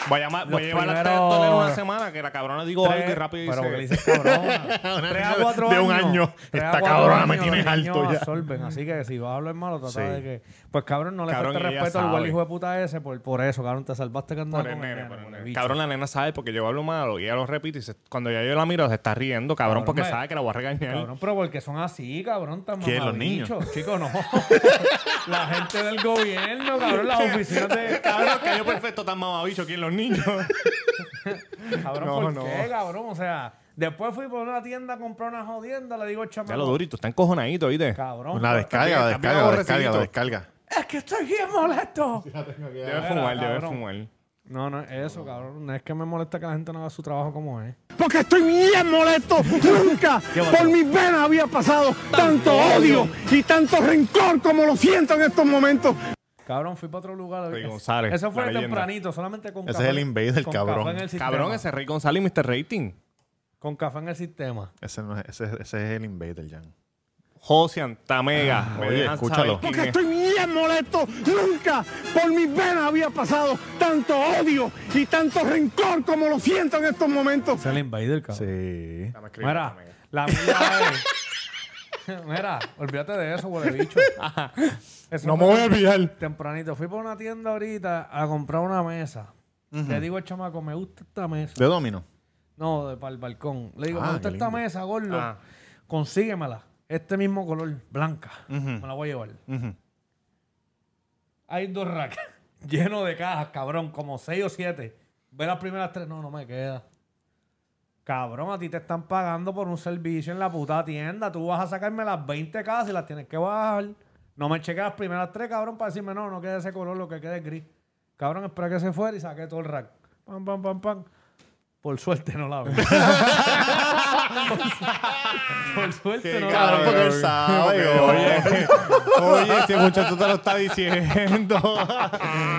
Voy a, llamar-
Los
voy a llevar hasta
primeros-
esto en una semana que la cabrona digo
Tres-
algo y rápido
pero porque le
dice.
dices cabrón.
Una
Tres
niña
a
de-
cuatro
de
años.
un año.
Tres a
Esta
cuatro
cabrona me
años,
tienes
los niños
alto ya.
absorben, así que si vas a hablar malo, trata
Sí.
de que... Pues cabrón, no le
Cabrón,
falta
ella
respeto al
sabe.
guardia hijo de puta ese por, por eso, cabrón. Te salvaste que andaba
Por el
con el
nene,
nene,
por el
con el
nene.
bicho.
Cabrón, la nena sabe porque yo hablo malo y ella lo repite y se- cuando ya yo la miro se está riendo, cabrón,
Cabrón,
porque
me-
sabe que la voy a regañar.
Cabrón, pero porque son así, cabrón, tan
¿Quién, los niños?
mamabichos. Chicos, no. la gente del gobierno, cabrón, las oficinas de...
Cabrón, cayó perfecto tan mamabicho aquí en los niños.
Cabrón,
No,
¿por
no.
qué, cabrón? O sea, después fui por una tienda a comprar una jodienda, le digo,
ya
chaval,
lo durito, está encojonadito, ¿viste?
cabrón.
Una
pero-
descarga, la
también
descarga, la descarga, la
aborrecidito.
descarga.
Es que estoy bien molesto.
Debe fumar, debe
cabrón.
fumar.
No, no, es eso, cabrón. No es que me molesta que la gente no haga su trabajo como es.
Porque estoy bien molesto. Nunca por mis venas había pasado tanto odio y tanto rencor como lo siento en estos momentos.
Cabrón, fui para otro lugar.
Rey González,
Eso fue
la leyenda.
tempranito, solamente con
Ese
café.
es el invader,
con
cabrón.
Café en el sistema.
Cabrón, ese Rey González y Mr. Rating.
Con café en el sistema.
Ese, no es, ese, ese es el invader, Jan.
Josian Tamega.
Ah,
Me
oye,
dejan saber
escúchalo.
quién
Porque
es.
estoy bien molesto. Nunca por mis venas había pasado tanto odio y tanto rencor como lo siento en estos momentos.
Es el invader, cabrón.
Sí.
Dame escribir,
Mira,
Tamega.
la mía es. Mira, olvídate de eso, huele bicho. Eso
No me
fue
voy a olvidar.
Tempranito, fui por una tienda ahorita a comprar una mesa. Le digo al chamaco, me gusta esta mesa.
De domino.
No, de, para el balcón. Le digo,
Ah,
me gusta
qué
esta
lindo.
mesa, gordo.
Ah.
Consíguemela. Este mismo color, blanca. Me la voy a llevar. Hay dos racks llenos de cajas, cabrón, como seis o siete. Ve las primeras tres, no, no me queda. Cabrón, a ti te están pagando por un servicio en la puta tienda. Tú vas a sacarme las 20 cajas y las tienes que bajar. No me cheques las primeras tres, cabrón, para decirme, no, no quede ese color, lo que quede es gris. Cabrón, espera que se fuera y saqué todo el rack. Pam, pam, pam, pam. Por suerte no la veo. por suerte no la
Cabrón,
veo.
porque él sabe. oye.
Oye, ese muchacho te lo está diciendo.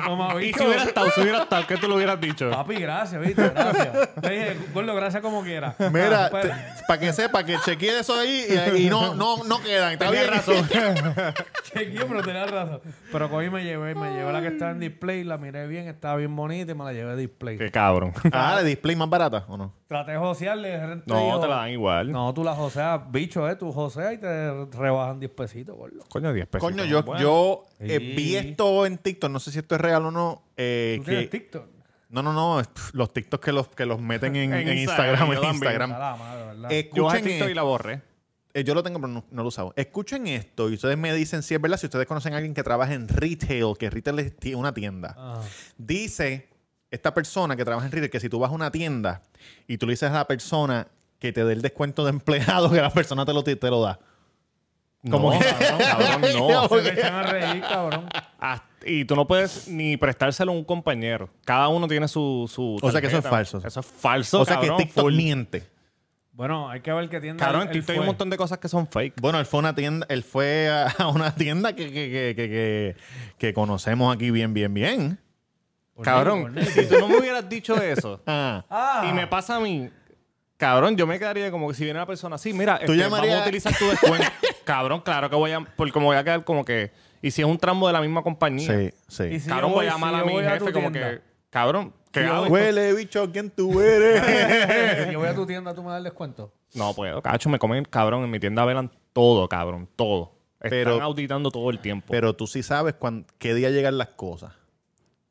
Mamá,
Y
bicho.
si hubiera estado, si hubiera estado, ¿qué tú lo hubieras dicho?
Papi, gracias, viste, gracias. Le dije, gordo, gracias como quiera. Pues,
Mira,
Pero-
para que sepa que chequeé eso ahí y, y no, no, no quedan. Está bien razón.
Chequeo, pero tenías razón. Pero cogí y me llevé, me llevé la que estaba en display, la miré bien, estaba bien bonita y me la llevé a display.
Qué cabrón.
Ah, de display más barata, ¿o no?
Traté de josearle. el gerente
No,
dijo,
te la dan igual.
No, tú la joseas, bicho, eh, tú joseas y te rebajan 10 pesitos, gordo.
Coño, 10 pesos.
Coño, yo,
Bueno.
yo eh,
Sí.
vi esto en TikTok, no sé si esto es real o no. eh,
¿Tú
que,
tienes TikTok?
no, no, no, es- los TikToks que los, que los meten en,
En
en Instagram.
Instagram,
en
yo también.
Instagram.
A la madre, ¿verdad?
Yo bajé
Escuchen
TikTok y la
esto.
borré.
Eh, yo lo tengo, pero no, no lo usaba. Escuchen esto y ustedes me dicen si es verdad, si ustedes conocen a alguien que trabaja en retail, que retail es ti- una tienda.
Ajá.
Dice esta persona que trabaja en retail que si tú vas a una tienda y tú le dices a la persona que te dé el descuento de empleado, que la persona te lo, te lo da. Como
no,
que-
cabrón, cabrón, no.
Ya,
Se
porque-
me echan a reír, cabrón.
Ah, Y tú no puedes ni prestárselo a un compañero. Cada uno tiene su. su
O sea que eso es
tarjeta.
falso.
Eso es falso.
o sea
cabrón,
que TikTok
full.
miente.
Bueno, hay que ver qué tienda.
Cabrón,
él-
en
él
TikTok hay un
fue.
montón de cosas que son fake.
Bueno, él fue a una tienda, él fue a a una tienda que, que, que, que, que- que conocemos aquí bien, bien, bien.
Por
Cabrón,
negro, por negro.
si tú no me hubieras dicho eso
Ah.
Ah,
y me pasa a mí, cabrón, yo me quedaría como que si viene una persona así, mira, este,
llamarías-
vamos a utilizar tu descuento. cabrón, claro que voy a, porque me voy a quedar como que, y si es un tramo de la misma compañía,
Sí,
Y
sí.
si
cabrón,
yo
voy a llamar
si
a
yo
mi
voy
jefe
tu
como
tienda,
que, cabrón, ¿qué
Si yo
hago?
voy-
Huele, bicho, ¿quién tú eres?
si yo voy a tu tienda, tú me das el descuento.
No puedo, cacho, me comen, cabrón, en mi tienda velan todo, cabrón, todo.
Pero-
Están auditando todo el tiempo.
Pero tú sí sabes cuán- qué día llegan las cosas.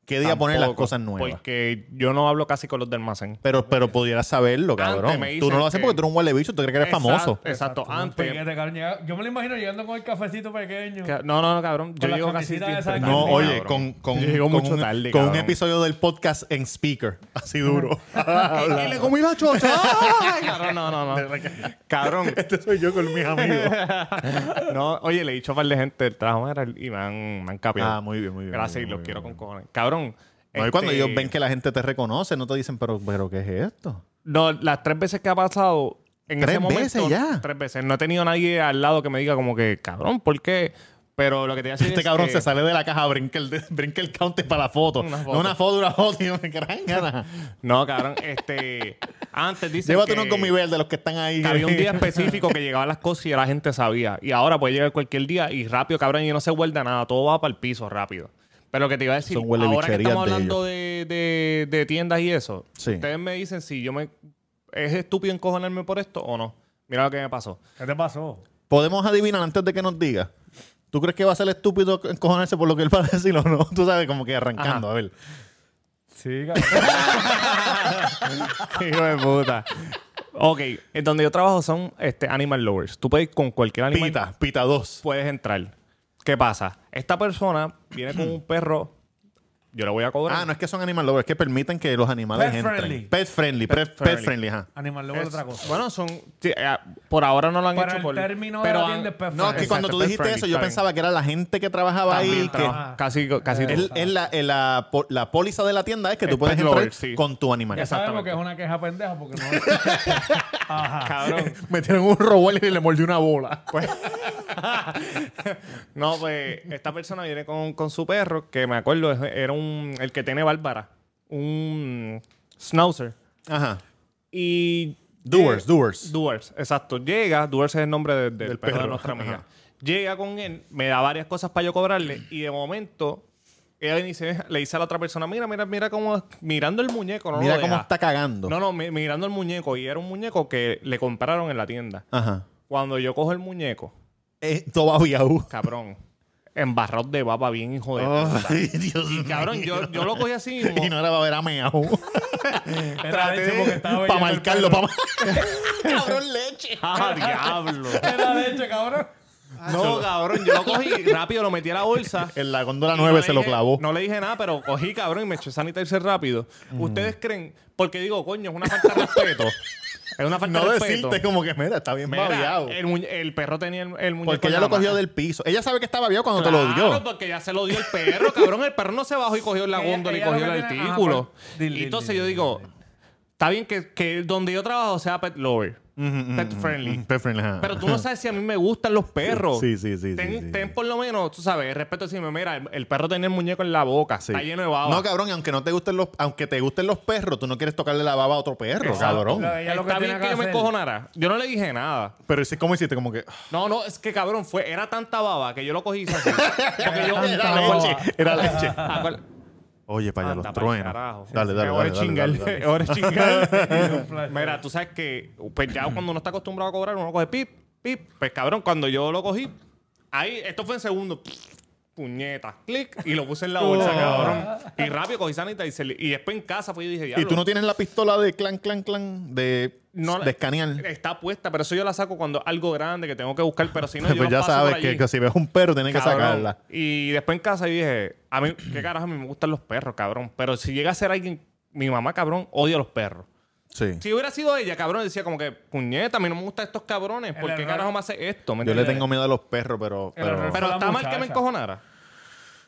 Qué día poner las
Tampoco,
cosas nuevas.
Porque yo no hablo casi con los de almacén.
Pero, pero pudieras saberlo,
Antes
cabrón.
me
Tú no lo
dicen
haces
que-
porque tú eres un huele bicho, tú crees que eres famoso.
Exacto, exacto, antes.
Piquete, cabrón, llega- Yo me lo imagino llegando con el cafecito pequeño.
Ca- No, no, no, cabrón. Yo
la
llego casi
camisita esa
siempre
que-
tarde,
No, oye,
cabrón.
con, con,
Yo llego
con
mucho
un,
tarde,
con un
cabrón.
episodio del podcast en speaker. Así duro.
Y le comí la chocha. Ay, cabrón, no, no, no. Cabrón.
este soy yo con mis amigos.
No, oye, le he dicho a par de gente del trabajo era el- y me han, me han capiado.
Ah, muy bien, muy bien,
Gracias
muy
y
bien,
los
muy
quiero
bien,
con cojones. Cabrón.
No, y cuando
este,
ellos ven que la gente te reconoce, no te dicen, pero, pero ¿qué es esto?
No, las tres veces que ha pasado. En
Tres
ese momento,
veces ya.
Tres veces. No he tenido nadie al lado que me diga como que, cabrón, ¿por qué? Pero lo que te voy a decir
Este
es
cabrón
que-
se sale de la caja, brinca el, brinca el counter para la foto. No
Una foto.
una foto, una foto. Y yo, gran gana.
No, cabrón. Este... Antes dice
Llévate
que...
unos gummy bears de los que están ahí.
Que había un día específico que llegaban las cosas y ya la gente sabía. Y ahora puede llegar cualquier día y rápido, cabrón, y no se guarda nada. Todo va para el piso rápido. Pero lo que te iba a decir,
Son huele
ahora que
bicherías
estamos
de
hablando de, de- de tiendas y eso,
Sí.
ustedes me dicen si yo me... ¿Es estúpido encojonarme por esto o no? Mira lo que me pasó.
¿Qué te pasó?
Podemos adivinar antes de que nos diga. ¿Tú crees que va a ser estúpido encojonarse por lo que él va a decir o no? Tú sabes, como que arrancando, a ver.
Sí, cabrón.
Hijo de puta. Ok, en donde yo trabajo son este, animal lovers. Tú puedes ir con cualquier animal.
Pita, pita 2.
puedes entrar. ¿Qué pasa? Esta persona viene con un perro. Yo le voy a cobrar.
Ah, no es que son animal lovers, es que permiten que los animales
Pet
entren.
friendly.
Pet friendly. pre- Pet,
friendly.
friendly, ajá.
Animal luego otra cosa.
Bueno, son. sí, eh, por ahora no lo han
Para
hecho
el
por.
término de
pero
la
han-
tienda es perfecto.
No, es que
Exacto,
cuando tú
pet
dijiste
friendly,
eso, yo
está bien.
pensaba que era la gente que trabajaba ahí.
También
Que Eh,
trabaja. Casi, casi
es- es la, es la po- la póliza de la tienda es que tú
Es
puedes
pet
entrar
lover, sí.
con tu animal.
Ya sabemos que es una queja pendeja porque no. Ajá.
Cabrón. Pues,
Metieron un robot y le mordió una bola.
No, pues esta persona viene con, con su perro, que me acuerdo, es- era un. El que tiene Bárbara. Un. Schnauzer.
Ajá.
Y
Doers, doers.
Duers, exacto. Llega, Duers es el nombre de- del
Del
perro, de
perro.
nuestra amiga.
Ajá.
Llega con él, me da varias cosas para yo cobrarle y de momento ella viene y se- le dice a la otra persona, mira, mira, mira cómo, mirando el muñeco, no
Mira
lo
cómo
deja.
está cagando.
oh, No, no, mi- mirando el muñeco y era un muñeco que le compraron en la tienda.
Ajá.
Cuando yo cojo el muñeco,
Eh, Tobao Yahoo.
cabrón, embarrado de baba bien hijo de...
Ay, Dios
Pues, Y cabrón,
mío.
yo, yo lo cogí así mismo.
Oh, Y no era para ver a Meao.
Era leche porque estaba bebiendo
para
el
marcarlo,
perro.
para Cabrón leche.
¡Ah, diablo!
Era leche, cabrón.
No, cabrón, yo lo cogí rápido, lo metí a la bolsa.
En la góndola
Y no
9
le
se lo
dije-
clavó.
No le dije nada, pero cogí, cabrón, y me eché sanitizer rápido. ¿Ustedes creen? Porque digo, coño, es una falta de respeto. Es una falta
No
de respeto.
decirte como que, mira, está bien
Mira,
babiado.
el, muñe- el perro tenía el, el muñeco.
Porque
en
ella
la
lo cogió
mano.
del piso. Ella sabe que está babiado cuando te lo
Claro,
dio.
porque ya se lo dio el perro, cabrón. El perro no se bajó y cogió la
Ella-
góndola y
ella lo
cogió
que
el
tiene- ajá,
artículo.
pues, dil, dil,
y entonces
dil,
yo
dil,
digo,
dil.
está bien que, que donde yo trabajo sea pet lover, pet friendly.
Mm, perfecto, ajá.
Pero tú no sabes si a mí me gustan los perros.
Sí, sí, sí,
Ten,
sí, sí.
ten por lo menos, tú sabes, respeto si me mira, el, el perro tenía el muñeco en la boca,
Sí.
está lleno de baba.
No, cabrón, y aunque no te gusten los, aunque te gusten los perros, tú no quieres tocarle la baba a otro perro,
Exacto.
cabrón.
Lo- ella lo que
Está bien
tiene
que,
que
yo me
hacer.
encojonara. Yo no le dije nada.
Pero ese- ¿cómo hiciste? Como que. "Ah,
No, no, es que cabrón, fue, era tanta baba que yo lo cogí y hice así. Porque yo.
era leche. Era leche.
Ah, ¿cuál?
Oye, para allá los
Anda Ah, pa'l
truenos.
carajo.
Dale, dale,
Ahora
dale,
es
dale,
chingar.
dale, dale.
Ahora es chingar. Mira, tú sabes que pues ya cuando uno está acostumbrado a cobrar, uno coge pip, pip. Pues cabrón, cuando yo lo cogí, ahí, esto fue en segundo. Puñeta, clic, y lo puse en la bolsa,
Oh.
cabrón. Y rápido cogí sanita y, se li- y después en casa fue y dije,
Y
diablo,
tú no tienes la pistola de clan, clan, clan de,
no la-
de escanear.
Está puesta, pero eso yo la saco cuando algo grande que tengo que buscar, pero si no, yo
pues ya
paso por
sabes
allí.
que, que si ves un perro tienes que
Cabrón.
sacarla.
Y después en casa yo dije, a mí, ¿qué carajo? A mí me gustan los perros, cabrón. Pero si llega a ser alguien, mi mamá, cabrón, odia a los perros.
Sí.
Si hubiera sido ella, cabrón, decía como que, puñeta, a mí no me gustan estos cabrones. ¿Por qué
error-
carajo me hace esto? ¿Me
Yo le
entiendes?
tengo miedo a los perros, pero.
El
pero-
error Fue
Pero
la
está mal que me
muchacha.
encojonara.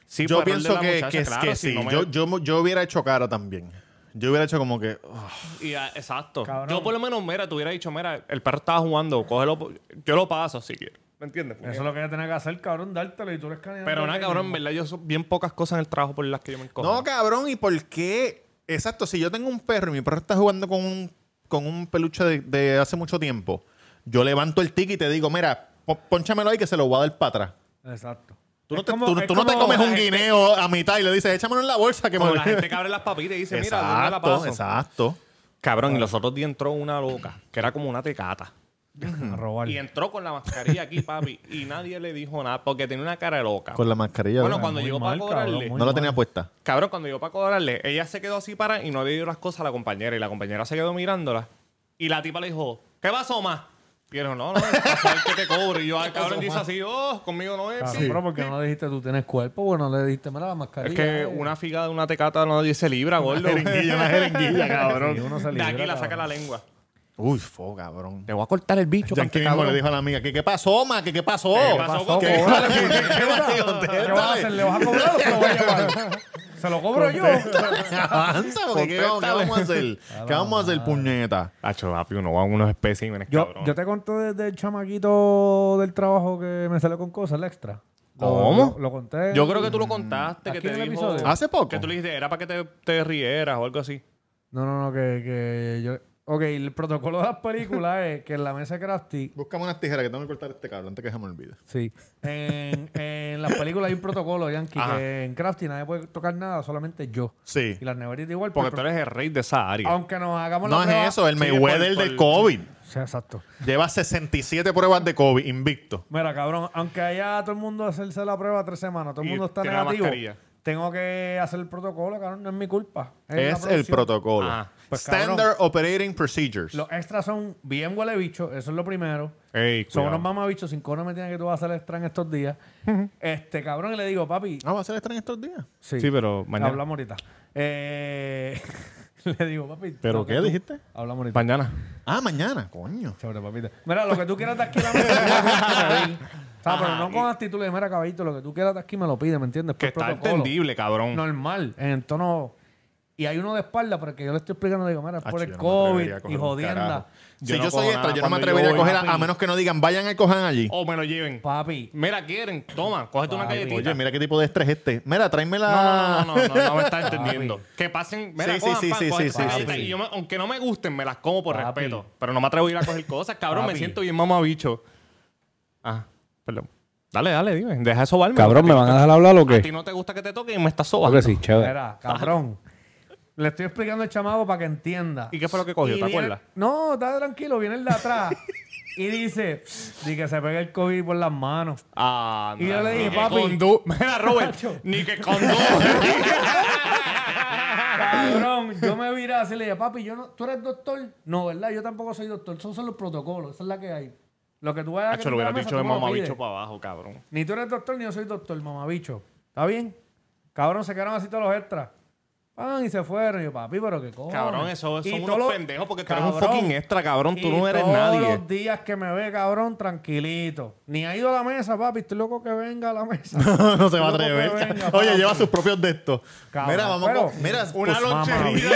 Sí,
yo
fue error de
pienso
la
que,
muchacha,
que,
claro,
que
si
sí.
no me-
yo, yo, yo hubiera hecho cara también. Yo hubiera hecho como que. "Ugh".
Y, ah, exacto.
Cabrón.
Yo por lo menos, mira, te hubiera dicho, mira, el perro estaba jugando, cógelo, po- yo lo paso si quieres. ¿Me entiendes?
Eso es lo que ella tenía que hacer, cabrón, dártelo y tú lo escaneas.
Pero nada, cabrón, en verdad, yo son bien pocas cosas en el trabajo por las que yo me encojono.
No, cabrón, ¿y por qué? Exacto, si yo tengo un perro y mi perro está jugando con un, con un peluche de, de hace mucho tiempo, yo levanto el ticket y te digo, mira, po- pónchamelo ahí que se lo voy a dar para atrás.
Exacto.
Tú no,
Es
te,
como-
tú-
es
tú no te
como eh,
comes
la
un
gente-
guineo a mitad y le dices, échamelo en la bolsa que me
Como
voy".
la gente que abre las papitas y dice, mira, ¿dónde la
Exacto,
paso?
exacto.
Cabrón, y los otros días entró una loca, que era como una tecata.
A robar.
Y entró con la mascarilla aquí, papi, y nadie le dijo nada porque tenía una cara de loca.
Con la mascarilla.
bueno,
¿no?
cuando
muy
llegó
mal,
para cobrarle,
cabrón, muy
no la
mal.
tenía puesta.
Cabrón, cuando yo para cobrarle, ella se quedó así para y no le dio las cosas a la compañera. Y la compañera se quedó mirándola. Y la tipa le dijo, ¿qué pasó, ma? Y él dijo, no, no, pasó el que te cobre. Y yo, al cabrón, dice así, oh, conmigo no es.
Cabrón,
Sí.
pero porque no le dijiste tú tienes cuerpo, bueno, le dijiste mira la mascarilla.
Es que
eh.
una figa de una tecata no dice libra, gordo.
una jeringuilla,
Sí, uno se
De
libra,
aquí la saca
cabrón.
la lengua.
Uy, fo, cabrón.
Te voy a cortar el bicho. este
Yankee mismo le dijo a la amiga, ¿qué, qué pasó, ma? ¿Qué, qué pasó?
¿Qué pasó,
Pasó,
¿Qué?
cobra.
¿Qué pasó?
¿Qué vas a hacer? ¿Le vas a cobrar o se lo voy a llevar? ¿Se lo cobro yo?
Avanza, porque ¿qué, vamos- qué vamos a hacer? ¿Qué vamos a hacer, puñeta?
Tacho, papi, uno va a unos especímenes,
Yo,
cabrón.
yo te conté desde el chamaquito del trabajo que me salió con cosas, el extra. Lo-
¿Cómo?
Lo, lo conté.
Yo creo que tú lo contaste, que
Aquí
te
en el
dijo...
episodio.
¿Hace poco?
Que tú le dijiste, era para que te, te rieras o algo así.
No, no, no, que, que yo... Ok, el protocolo de las películas es que en la mesa de crafty
Búscame unas tijeras que tengo que cortar este cable antes que se me olvide.
Sí. En, en las películas hay un protocolo, Yankee,
Ajá.
que en Crafty nadie puede tocar nada, solamente yo.
Sí.
Y las neveritas igual.
Porque tú
pero-
eres el rey de esa área.
Aunque nos hagamos la
No
prueba-
es eso, el
Sí,
Mayweather
por-
del
por-
COVID.
Sí, exacto.
Lleva 67 pruebas de COVID, invicto.
Mira, cabrón, aunque haya todo el mundo hacerse la prueba tres semanas, todo el
Y
mundo está
tiene la
negativo,
mascarilla.
tengo que hacer el protocolo, cabrón, no es mi culpa. la
Es el
producción.
protocolo.
Ah,
pues,
Standard Operating Procedures.
Los extras son bien huele bicho, eso es lo primero.
Ey,
Son
cuidado.
unos mamabichos, sin cono me tienen que tú vas a hacer extra en estos días. este, cabrón, y le digo, papi,
Ah, va a ser extra en estos días.
Sí, pero mañana.
Hablamos ahorita. Eh, le digo, papi.
¿Pero
lo que
qué
tú-
dijiste?
Hablamos ahorita.
Mañana.
Ah, mañana, coño.
Chévere, papita. Mira, lo que tú quieras de aquí, la mesa, tú me lo tienes que pedir. O sea, pero no con actitud de, mira, caballito, lo que tú quieras de aquí me lo pide, ¿me entiendes?
Que
Por
está
protocolo.
entendible, cabrón.
Normal, en tono. Y hay uno de espalda, pero el que yo le estoy explicando, le digo, mira, es
Acho,
por
yo
el
no me
COVID
atrevería a
y
coger un
jodienda.
carajo.
Yo
si
no
yo soy
cojo
extra,
nada
yo no me
cuando
atrevería a
yo
coger,
voy,
a,
Oh,
a
papi.
menos que no digan, vayan al cojan allí.
O me lo lleven.
Papi,
Mira, quieren. Toma, cógete una
Papi.
galletita.
Oye, mira qué tipo de estrés es este. Mira, tráeme
No, no,
la...
no, no, no, no, no me estás entendiendo. Que pasen, mira,
Sí, sí,
cojan
sí,
pan,
sí,
cojan
sí,
esta
sí,
galleta
sí,
y
sí.
yo me- aunque no me gusten, me las como por
Papi.
respeto. Pero no me atrevo a ir a coger cosas, cabrón, me
Papi.
siento bien mamabicho. Ah, perdón. Dale, dale, dime. Deja de sobarme.
Cabrón, ¿me van a dejar hablar o
A
qué?
ti no te gusta que te toquen y me estás
Claro
sobando.
que sí, chévere.
Mira, cabrón. Le estoy explicando al chamaco para que entienda.
¿Y qué fue lo que cogió?
Y
¿Te
viene-
acuerdas?
No, está tranquilo, viene el de atrás. y dice, di que se pegue el COVID por las manos.
Ah,
Y yo le
ni
dije,
que
papi.
condu- Mira, Robert, ni que condú.
Cabrón, yo me viré así y le dije, papi, yo no, ¿tú eres doctor? No, ¿verdad? Yo tampoco soy doctor. Esos son los protocolos, esa es la que hay. Lo que tú vayas a
Hacho, lo
la
hubiera
mesa,
dicho
tú
de
me lo
mamabicho
pides.
para abajo, cabrón.
Ni tú eres doctor, ni yo soy doctor, mamabicho. ¿Está bien? Cabrón, se quedaron así todos los extras. Ah, y se fueron. Y yo, papi, pero qué cojones.
Cabrón, eso
Y
son
todos
unos
los-
pendejos porque tú eres un
Cabrón.
fucking extra, cabrón. Tú
Y
no eres
todos
nadie.
los días que me ve, cabrón, tranquilito. Ni ha ido a la mesa, papi. Estoy loco que venga a la mesa.
No, se va a
Loco que
atrever.
venga,
Oye,
papi.
lleva sus propios de estos.
Cabrón,
Mira, vamos
pero-
con- Mira,
Una
pues,
lonchería.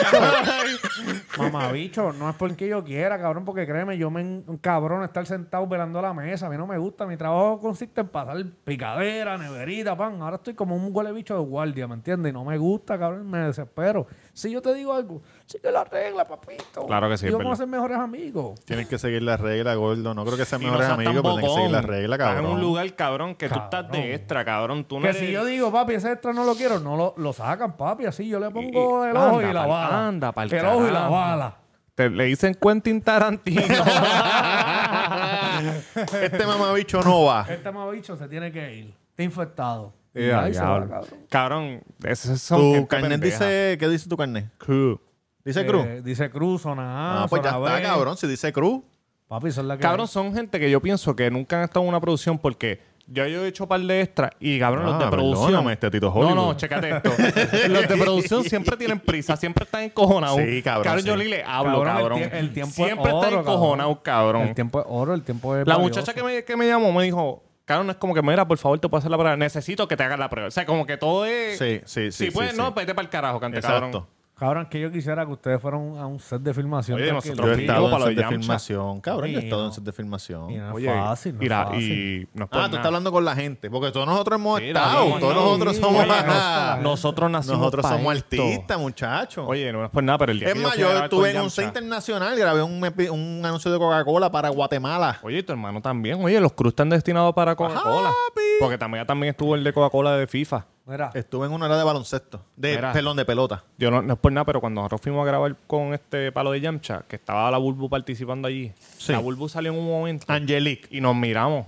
Mamabicho, no es porque yo quiera, cabrón, porque créeme, yo me en- cabrón estar sentado velando la mesa. A mí no me gusta. Mi trabajo consiste en pasar picadera, neverita, pan. Ahora estoy como un huele bicho de guardia, ¿me entiendes? Y no me gusta, cabrón, me desespero. Si yo te digo algo, sí que la regla, papito.
Claro que sí,
Y
es
vamos a
verdad.
ser mejores amigos.
Tienes que seguir la regla, gordo. No creo que sean
Y no
mejores
seas tan
amigos, pero pues tienes que seguir la
bocón.
regla,
Estás en un
cabrón.
lugar, cabrón, que tú estás de extra, cabrón. Tú no
Que
eres-
si yo digo, papi, ese extra no lo quiero, no lo, lo sacan, papi. Así yo le pongo
y-
el ojo
anda
y la
pa'l-
bala.
anda pa'l
El ojo y la
carajo.
bala.
Te- le dicen Quentin Tarantino.
Este mamabicho no va.
Este mamabicho se tiene que ir. Está infectado. Y
Ya,
ahí se va,
cabrón.
cabrón.
Cabrón, esos son
Tu
gente
carnet
pendeja.
dice... ¿Qué dice tu carnet? Cruz. ¿Dice Cruz?
Eh, dice Cruz, zona A,
Ah, pues ya
zona
está,
B.
cabrón. Si dice Cruz,
Papi, eso es la que
Cabrón, son gente que yo pienso que nunca han estado en una producción porque yo, yo he hecho par de extras y cabrón, los
Ah,
de producción.
perdóname, este Tito
no,
Hollywood.
no, chécate esto. los de producción siempre tienen prisa, siempre están encojonados.
Sí, cabrón, sí.
yo ni le hablo,
Cabrón, el
cabrón.
tie- el tiempo es
siempre
oro,
están
cabrón.
encojonados, cabrón.
El tiempo es oro, el tiempo es
La
valioso.
muchacha que me, que me llamó me dijo, Cabrón, es como que, mira, por favor, te puedo hacer la prueba. Necesito que te hagas la prueba. O sea, como que todo es...
Sí, sí, sí,
Si
sí,
puedes,
sí.
pues, no, vete para el carajo, cante,
exacto.
cabrón.
Cabrón, que yo quisiera que ustedes fueran a un set de filmación.
Oye,
tranquilo.
Yo
nosotros-
he
Tropillo
estado en
para los
set de
Yamcha.
filmación. Cabrón, yo he
Sí,
estado en
no.
set de
Y no
filmación.
es
Oye,
fácil, no
y
es
la-
fácil.
y no
Ah, tú
es por Pues nada.
estás hablando con la gente. Porque todos nosotros hemos
Sí,
estado.
no,
Todos
no,
nosotros
sí,
somos...
no,
ajá.
no,
Nosotros nacimos
Nosotros
pa'
somos
esto.
artistas, muchachos.
Oye, no es por nada, pero el día
Es
que
más,
fui a
yo
grabar
estuve
con
en un
Yamcha-
set internacional, grabé un, epi- un anuncio de Coca-Cola para Guatemala.
Oye, y tu hermano también. Oye, los Cruz están destinados para Coca-Cola.
Papi.
Porque también, también estuvo el de Coca-Cola de FIFA.
Mira,
Estuve en una era de baloncesto. De,
Mira.
Perdón, de pelota.
Yo no, no es por nada, pero cuando nosotros fuimos a grabar con este palo de Yamcha, que estaba la Bulbu participando allí,
Sí.
la Bulbu salió en un momento
Angelique. Ah.
y nos miramos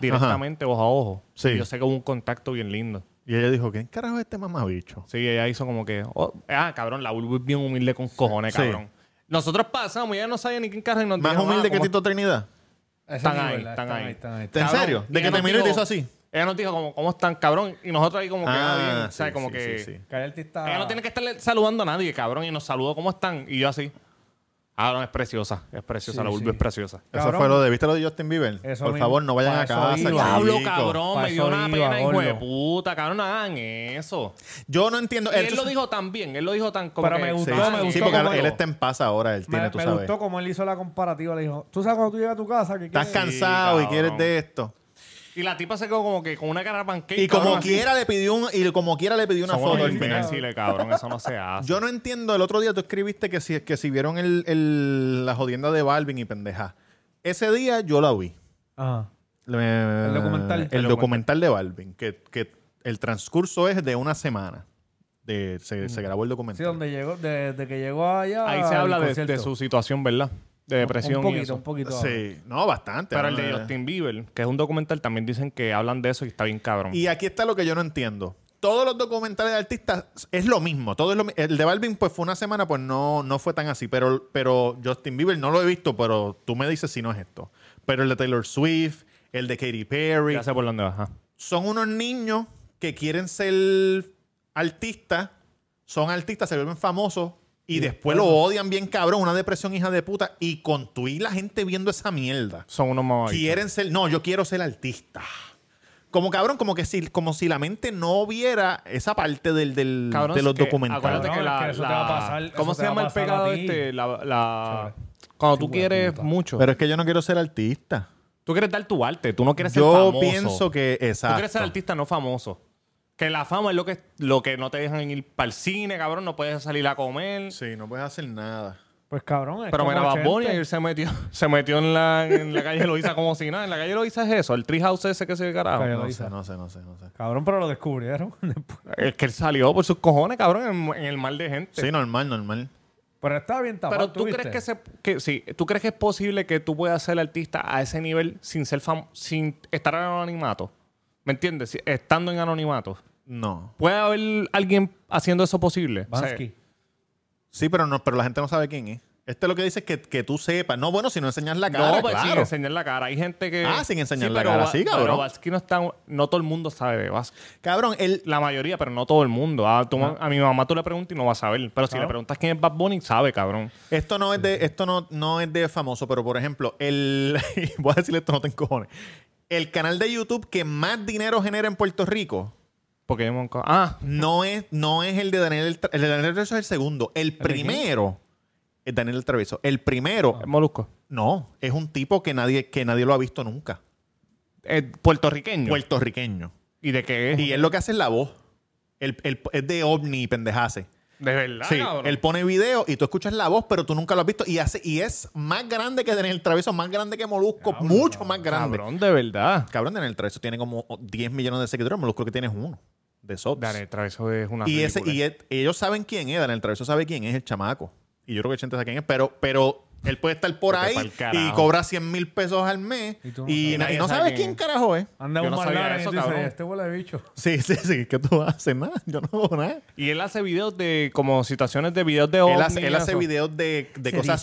directamente ojo a ojo.
Sí.
Y Yo sé que hubo un contacto bien lindo.
Y ella dijo, ¿quién carajo es este mamabicho?
Sí, ella hizo como que. oh, ah, cabrón, la Bulbu es bien humilde con cojones,
Sí.
cabrón. Nosotros pasamos, ella no sabía ni quién carajo y nos
Más
dijo,
humilde
ah,
que
¿cómo
Tito Trinidad.
ese
están
nivel,
ahí,
¿verdad?
están ahí.
están ahí, están
¿En
ahí.
Cabrón,
serio?
y
¿De que
ella
te
nos
miró y te
dijo-
hizo así?
Ella nos dijo, como, ¿cómo están, cabrón? Y nosotros ahí, como que, ah, bien,
Ah, sí,
¿sabes? como
sí,
que.
sí, sí.
Que el artista-
Ella no tiene que estarle saludando a nadie, cabrón. Y nos saludó, ¿cómo están? Y yo así. Ah, no, es preciosa. Es preciosa,
Sí,
la vulva
sí.
es preciosa.
Eso
Cabrón.
fue lo de, ¿viste lo de Justin Bieber?
Eso
Por
mismo.
favor, no vayan
Pa'
a
eso
casa.
iba.
chicos.
Diablo, cabrón.
Pa'
Me dio
eso
una
iba,
pena, hijo de
gordo.
puta. Cabrón, no hagan eso.
Yo no entiendo.
Y él
tú-
lo dijo tan bien. Él lo dijo tan como
Pero
que-
me
Sí,
gustó,
sí,
me
sí,
gustó.
porque
cómo
él
lo-
está en paz ahora. Él
Me,
tiene, tú
me
sabes.
gustó como él hizo la comparativa. Le dijo, tú sabes cuando tú llegas a tu casa que
Estás
quieres-
cansado y
cabrón.
quieres de esto.
Y la tipa se quedó como que con una cara panqueca.
Y como quiera le pidió un, y como quiera le pidió una
Una
foto
foto
al final.
imbéciles, cabrón. Eso no se hace.
Yo no entiendo. El otro día tú escribiste que si, que si vieron el, el- la jodienda de Balvin y pendeja. Ese día yo la vi.
Ajá.
Le-
El documental.
El,
El
documental de Balvin. Que, que el transcurso es de una semana. De, se, se grabó el
Mm. Sí,
documental.
donde llegó, desde que llegó allá.
Ahí se
al
habla de,
concierto.
de su situación, ¿verdad? De depresión
Un
y
poquito,
eso.
un poquito.
Sí, no, bastante.
Pero
¿no? Eh.
el de Justin Bieber, que es un documental, también dicen que hablan de eso y está bien cabrón.
Y aquí está lo que yo no entiendo. Todos los documentales de artistas es lo mismo. Todo es lo mi- el de Balvin, pues fue una semana, pues no, no fue tan así. Pero, pero Justin Bieber no lo he visto, pero tú me dices si no es esto. Pero el de Taylor Swift, el de Katy Perry,
ya sé por dónde vas. ajá.
son unos niños que quieren ser artistas, son artistas, se vuelven famosos y después lo odian bien cabrón, una depresión hija de puta. Y con tu y la gente viendo esa mierda.
Son unos mamabichos.
Quieren ser, no, yo quiero ser artista. Como cabrón, como que si, como si la mente no viera esa parte del, del-
Cabrón,
de los
es que
documentales.
Acuérdate que
Cabrón, es
la,
que eso
la-
te va a pasar-
¿Cómo
eso
se
te
llama
va a
el
pasar a
pecado
ti.
este? La, la-
Sobre.
Cuando
Hijo
tú
de
quieres
puta.
mucho.
Pero es que yo no quiero ser artista.
tú quieres dar tu arte. Tú no quieres ser
Yo
famoso.
pienso que
Tú quieres ser
exacto.
artista, no famoso. Que la fama es lo que, lo que no te dejan ir para el cine, cabrón. No puedes salir a comer.
Sí, no puedes hacer nada.
Pues cabrón, es
Pero
como
mira, Bad
80.
Bunny ayer se metió, se metió en la, en la calle Loiza como si nada. En la calle Loiza es eso, el treehouse ese que se
Calle
carajo.
No
Loiza.
sé, no sé, no sé, no sé.
Cabrón, pero lo descubrieron después.
Es que él salió por sus cojones, cabrón, en, en el mal de gente.
Sí, normal, normal.
Pero está bien tapado.
Pero tú crees que se, que, sí, tú crees que es posible que tú puedas ser artista a ese nivel sin ser fam- sin estar en anonimato. ¿Me entiendes? Si- Estando en anonimato.
No.
¿Puede haber alguien haciendo eso posible? O sea,
Bansky.
Sí, pero no, pero la gente no sabe quién es. Este lo que dice es que, que tú sepas. No, bueno, si no enseñas la cara,
no, pues sin
claro.
enseñar la cara. Hay gente que.
Ah, sin enseñar la
pero
cara,
Ba-
sí, cabrón.
Pero Bansky no está. No todo el mundo sabe de Bansky.
Cabrón, él...
La mayoría, pero no todo el mundo. A, tu ma- a mi mamá tú le preguntas y no va a saber. Pero si le preguntas quién es Bad Bunny, sabe, cabrón.
Esto no es de, esto no, no es de famoso, pero por ejemplo, el voy a decirle esto, no te encojones. El canal de YouTube que más dinero genera en Puerto Rico
Pokémon. Co- Ah,
no es, no es el de Daniel el, Tra- el de Daniel Travieso es el segundo. El primero es Daniel el Travieso. El primero,
es Molusco.
no, es un tipo que nadie, que nadie lo ha visto nunca.
Es puertorriqueño.
Puertorriqueño.
¿Y de qué es?
Y él lo que hace es la voz. Él- él- es de ovni y pendejase.
De verdad,
Sí,
cabrón.
él pone video y tú escuchas la voz, pero tú nunca lo has visto. Y hace, y es más grande que Daniel Travieso, más grande que Molusco, mucho más grande. Cabrón.
Cabrón, de verdad.
Daniel Travieso tiene como 10 millones de seguidores, Molusco que tiene es uno de subs.
Daniel Traveso es una
y ese, y e-
ridícula.
el- ellos saben quién es, Daniel Travieso sabe quién es el chamaco. Y yo creo que Chente sabe quién es, pero, pero él puede estar por
Vete
ahí
pa'l
y
carajo.
cobra 100 mil pesos al mes
Y tú no
y,
sabes.
na- y
Nadie
no
sabe
sabes
quién
quién
es.
carajo es.
Anda
Yo
un
no
mal
sabía
lara y
eso,
tú dices,
cabrón.
este huele de bicho.
Sí, sí, sí, ¿qué tú haces? Nada, yo no hago nada.
Y él hace videos de, como situaciones de videos de
Él
ovnis
hace, él
y
hace
eso.
videos de, de cosas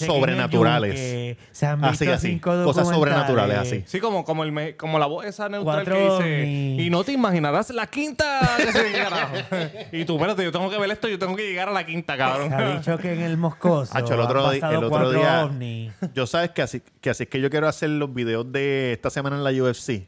sobrenaturales. Así, así. Cosas sobrenaturales, así.
Sí, como, como, el, me- como la voz esa neutral
Cuatro
que dice.
ovnis.
Y no te imaginarás la quinta. que se carajo". y tú, espérate, yo tengo que ver esto, yo tengo que llegar a la quinta, cabrón.
dicho que en el moscoso
Hacho, el otro, di- el otro día. Yo sabes que así, que así es que yo quiero hacer los videos de esta semana en la UFC.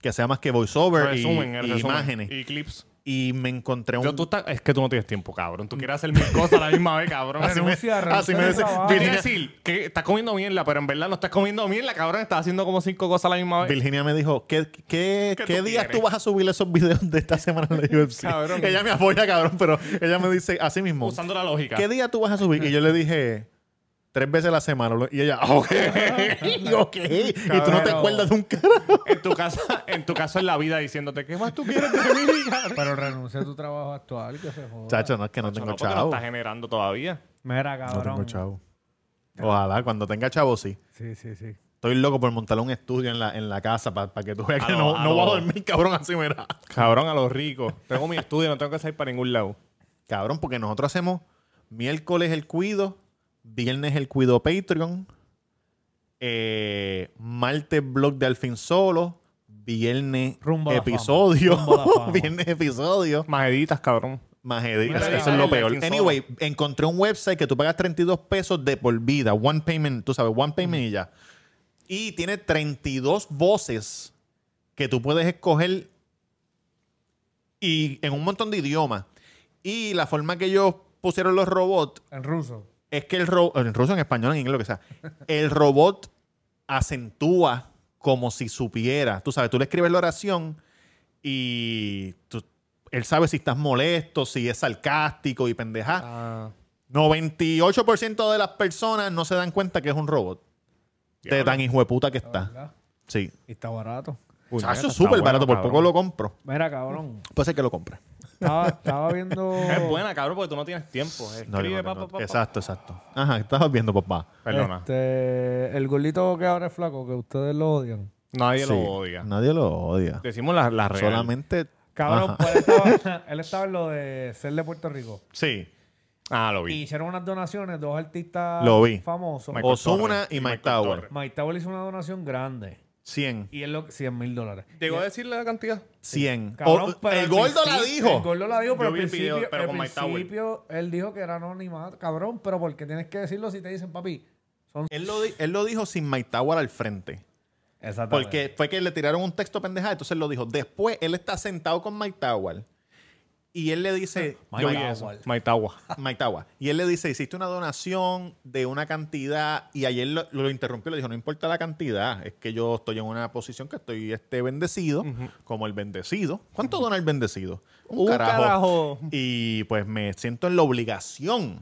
Que sea más que voiceover y,
Resumen, el
y
resumen.
imágenes.
Y clips.
Y, me encontré un.
Yo, tú estás- es que tú no tienes tiempo, cabrón. Tú quieres hacer mil cosas a la misma vez, cabrón.
Así me- Renuncia,
así me
renuncia
dice-
al trabajo.
Quería decir que estás comiendo mierda, pero en verdad no estás comiendo mierda, cabrón. Estás haciendo como cinco cosas a la misma vez.
Virginia me dijo, ¿qué, qué,
¿Qué
qué
tú
días
quieres?
tú vas a subir esos videos de esta semana en la UFC?
Cabrón.
Ella me apoya, cabrón, pero ella me dice así mismo.
Usando la lógica.
¿Qué día tú vas a subir? Y yo le dije, tres veces a la semana. lo- Y ella, "Ah, ok, ok. Y tú no te
Cabrero.
acuerdas de un carajo.
En tu casa, en tu caso, en la vida diciéndote, ¿qué más tú quieres de mí? cabrón?"
Pero renuncia a tu trabajo actual, que se joda.
Chacho, no es que no tengo
no, porque no
chavo.
estás generando todavía.
Mira,
No
cabrón.
tengo chavo. Ojalá, cuando tenga chavo, sí.
Sí, sí, sí.
Estoy loco por montar un estudio en la, en la casa para que tú veas
A
que
lo-
no,
a
no voy a
lo-
dormir, cabrón, así mira.
Cabrón, a los ricos. Tengo mi estudio, no tengo que salir para ningún lado.
Cabrón, porque nosotros hacemos miércoles el cuido, viernes el cuido Patreon, eh, martes blog de Alfin Solo, viernes
Rumbo a la fama.
episodio,
Rumbo a la fama.
viernes episodio.
Majeditas, cabrón.
Más edit-
Mira,
Eso
ya,
es lo
el
peor.
Delfín
Anyway, encontré un website que tú pagas 32 pesos de por vida. One payment, tú sabes, one payment y ya. Y tiene 32 voces que tú puedes escoger y en un montón de idiomas. Y la forma que ellos pusieron los robots
En ruso.
es que el robot, en ruso, en español, en inglés, lo que sea, el robot acentúa como si supiera. Tú sabes, tú le escribes la oración y tú- él sabe si estás molesto, si es sarcástico y pendeja.
Ah,
98% de las personas no se dan cuenta que es un robot. De
Diablo.
tan hijo de puta que está.
¿verdad?
Sí.
Y está barato.
Ah, eso
Ah, está
es súper
bueno,
barato, por
cabrón.
poco lo compro.
Mira, cabrón.
Puede ser que lo compre.
Estaba, estaba viendo.
es buena, cabrón, porque tú no tienes tiempo. Escribe,
No, yo no
pa,
tengo-
pa, pa, pa.
Exacto, exacto. Ajá, estabas viendo, papá.
Perdona.
Este, el gordito que ahora es flaco, que ustedes lo odian.
Nadie lo
Sí.
odia.
Nadie lo odia.
Decimos la, la real.
Solamente.
Cabrón,
Ajá.
pues él estaba, él estaba en lo de ser de Puerto Rico.
Sí.
Ah, lo
Y
vi.
hicieron unas donaciones, dos artistas
Lo vi.
famosos.
Michael
Ozuna
Torres
y
y
Mike
Mike
Tower.
Torres.
Mike Tower hizo una donación grande.
100.
Y él lo 100 mil dólares.
¿Llegó a decir la cantidad?
100.
Cabrón,
Oh,
pero
el
al
gordo la
principio- El
dijo.
gordo la dijo, pero
Yo
al
vi el video,
principio,
pero
al
con Mike Tower.
principio él dijo que era anonimato. Cabrón, pero ¿por qué tienes que decirlo si te dicen, papi? Son
Él lo, di- él lo dijo sin Mike Tower al frente.
Exactamente.
Porque fue que le tiraron un texto pendejado, entonces él lo dijo. Después él está sentado con Mike Tower y él le dice,
Yo vi eso. Maitagua.
Mike Tawa. Y él le dice, hiciste una donación de una cantidad y ayer lo, lo interrumpió, le dijo, no importa la cantidad, es que yo estoy en una posición que estoy este, bendecido, como el bendecido. ¿Cuánto dona el bendecido? Un, carajo.
carajo.
Y pues me siento en la obligación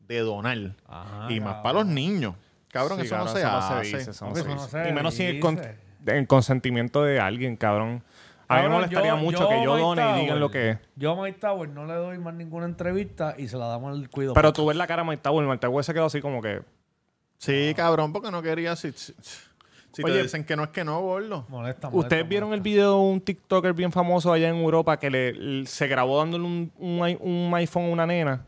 de donar.
Ajá,
y más
cabrón.
para los niños. Cabrón,
Ah, Sí,
eso
cabrón,
no se hace.
dice, eso no
Eso
se
no
dice.
se
Y menos sin el, con-
dice.
el consentimiento de alguien, cabrón. A mí me
Cabrón,
molestaría mucho que yo
Mike
done y digan
Tower,
lo que es.
Yo a Mike Tower no le doy más ninguna entrevista y se la damos al cuido.
Pero tú ves la cara de Mike Tower, Mike Tower se quedó así como que...
Sí, cabrón, porque no quería... Si, si- si te
Oye.
dicen que no es que no, gordo.
Molesta, molesta,
¿Ustedes vieron el
molesta.
video de un TikToker bien famoso allá en Europa que le, l- se grabó dándole un, un i- un iPhone a una nena?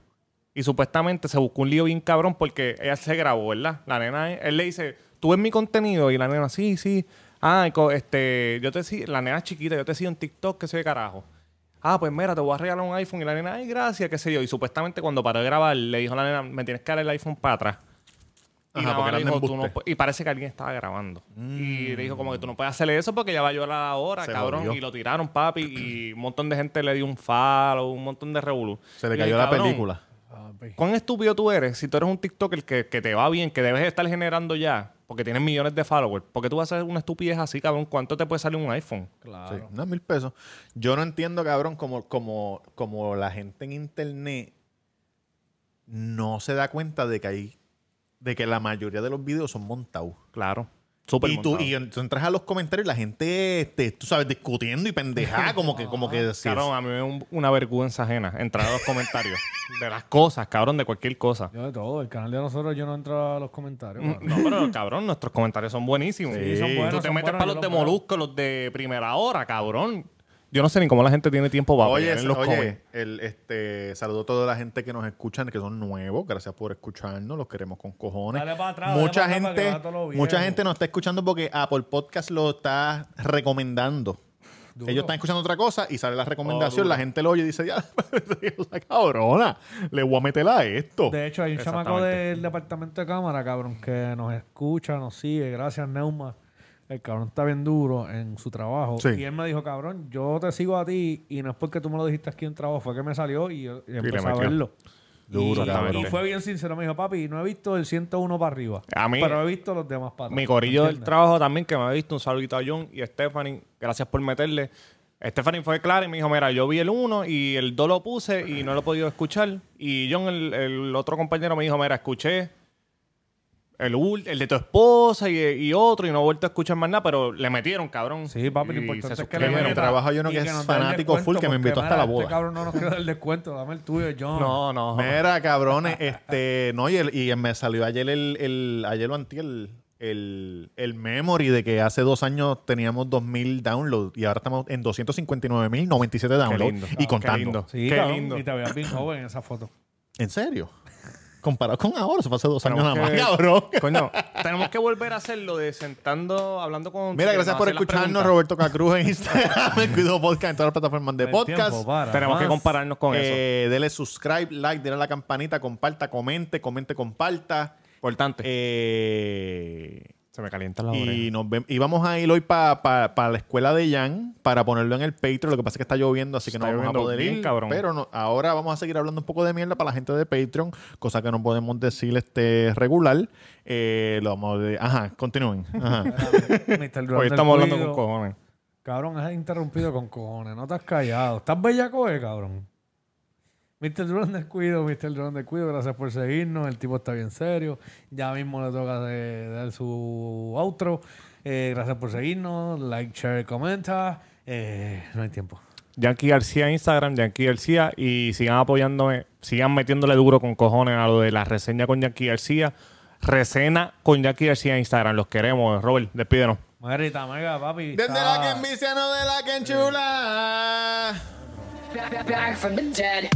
Y supuestamente se buscó un lío bien cabrón porque ella se grabó, ¿verdad? La nena, él le dice, ¿tú ves mi contenido? Y la nena, sí, sí. Ah, co- este, yo te sigo, la nena chiquita, yo te sigo en TikTok, que soy de carajo. Ah, pues mira, te voy a regalar un iPhone. Y la nena, ay, gracias, qué sé yo. Y supuestamente cuando paró de grabar, le dijo a la nena, me tienes que dar el iPhone para atrás. Y,
Ajá, porque
la mamá
eran
le dijo,
de
"Tú no
embuste".
pu- Pues, y parece que alguien estaba grabando. Y le dijo como que tú no puedes hacerle eso porque ya va a llorar ahora,
Se
cabrón.
jodió.
Y lo tiraron, papi. Y un montón de gente le dio un follow, un montón de revolú.
Se le
Y yo
cayó
dije,
la
"Cabrón,
película.
Papi.
¿Cuán estúpido tú eres si tú eres un TikToker que, que te va bien, que debes estar generando ya, porque tienes millones de followers? porque tú vas a hacer una estupidez así, cabrón? ¿Cuánto te puede salir un iPhone?
Sí,
Claro.
unos mil pesos. Yo no entiendo, cabrón, como, como, como la gente en internet no se da cuenta de que hay, de que la mayoría de los videos son montados.
Claro. Súper
Y tú, y en- tú entras a los comentarios y la gente, este, tú sabes, discutiendo y pendejada, como que, como que sí,
Cabrón, a mí me da un- una vergüenza ajena entrar a los comentarios de las cosas, cabrón, de cualquier cosa.
Yo de todo. El canal de nosotros yo no entro a los
Mm,
comentarios. cabrón.
No, pero cabrón, nuestros comentarios son buenísimos.
Sí, son buenos,
tú te
son buenos,
metes para
yo
los de
los veo.
Molusco, los de primera hora, cabrón. Yo no sé ni cómo la gente tiene tiempo para
Oye,
pelear en los
oye
comments.
el, este, saludo a toda la gente que nos escuchan, que son nuevos. Gracias por escucharnos, los queremos con cojones.
Dale pa' atrás,
mucha
dale pa' atrás para que
gente,
vaya todo lo viejo.
mucha gente nos está escuchando porque Apple Podcast lo está recomendando.
Duro. Oh,
Ellos están escuchando otra cosa y sale la recomendación, la gente lo oye y dice, ya, esa cabrona, le voy a meterla a esto.
De hecho, hay un
Exactamente.
chamaco del departamento de cámara, cabrón, que nos escucha, nos sigue. Gracias, Neuma. El cabrón está bien duro en su trabajo.
Sí.
Y él me dijo, cabrón, yo te sigo a ti y no es porque tú me lo dijiste aquí en trabajo, fue que me salió y, yo- y empecé a
metió.
verlo.
Duro,
y,
cabrón.
y fue bien sincero, me dijo, papi, no he visto el 101 para arriba,
A mí-
pero he visto los demás para atrás".
Mi corillo del
¿Entiendes?
trabajo también, que me ha visto un saludito a John y Stephanie. Gracias por meterle. Stephanie fue clara y me dijo, mira, yo vi el uno y el 2 lo puse y no lo he podido escuchar. Y John, el, el otro compañero, me dijo, mira, escuché el, ul- el de tu esposa y, y otro y no he vuelto a escuchar más nada, pero le metieron, cabrón.
Sí, papi, lo
Y
importante
se
es que
suscriben. En el trabajo hay
yo
uno
no
que es fanático full, que me invitó hasta la boda.
Este cabrón no nos queda el descuento, dame el tuyo, John.
No, no.
Mira, cabrones, este, no, y, el- y me salió ayer el, el ayer o antier el, el, el memory de que hace dos años teníamos 2.000 downloads y ahora estamos en 259.097 downloads
lindo.
y
Ah,
contando.
qué lindo.
Sí,
Qué
cabrón,
lindo.
Y te veas bien joven en esa foto.
¿En serio? Comparado con ahora, eso fue hace dos
Tenemos
años nada más,
que-
cabrón.
Coño, tenemos que volver a hacerlo de sentando, hablando con.
Mira, gracias
nos
por
hacen las
escucharnos,
preguntas.
Roberto Cacruz en Instagram, el Cuido Podcast en todas las plataformas de
El
podcast.
tiempo para
Tenemos que
más.
compararnos con eso.
Eh, dele subscribe, like, denle a la campanita, comparta, comente, comente, comparta.
Importante.
Eh,
Se me calienta la oreja.
y, nos vemos, y vamos a ir hoy para la escuela de Jan para ponerlo en el Patreon. Lo que pasa es que está lloviendo, así que no
Está
vamos a
lloviendo
poder
bien,
ir.
cabrón.
Pero no- ahora vamos a seguir hablando un poco de mierda para la gente de Patreon, cosa que no podemos decir este regular. Eh, lo vamos a de- Ajá, continúen. Ajá.
Mr. Durán
Hoy
del
estamos hablando
Cuido.
con cojones.
Cabrón, has interrumpido con cojones. No te has callado. Estás bellaco, eh, cabrón. Mr. Drone del Cuido, Mr. Drone del Cuido, gracias por seguirnos. El tipo está bien serio. Ya mismo le toca eh, dar su outro. Eh, gracias por seguirnos. Like, share, comenta. Eh, no hay tiempo.
Yankee García en Instagram, Yankee García. Y sigan apoyándome, sigan metiéndole duro con cojones a lo de la reseña con Yankee García. Resena con Yankee García en Instagram. Los queremos, Robert. Despídenos.
Margarita, mega, papi.
Desde
está-
Ah.
la que envicia, no de la que enchula.
Back, back from the dead.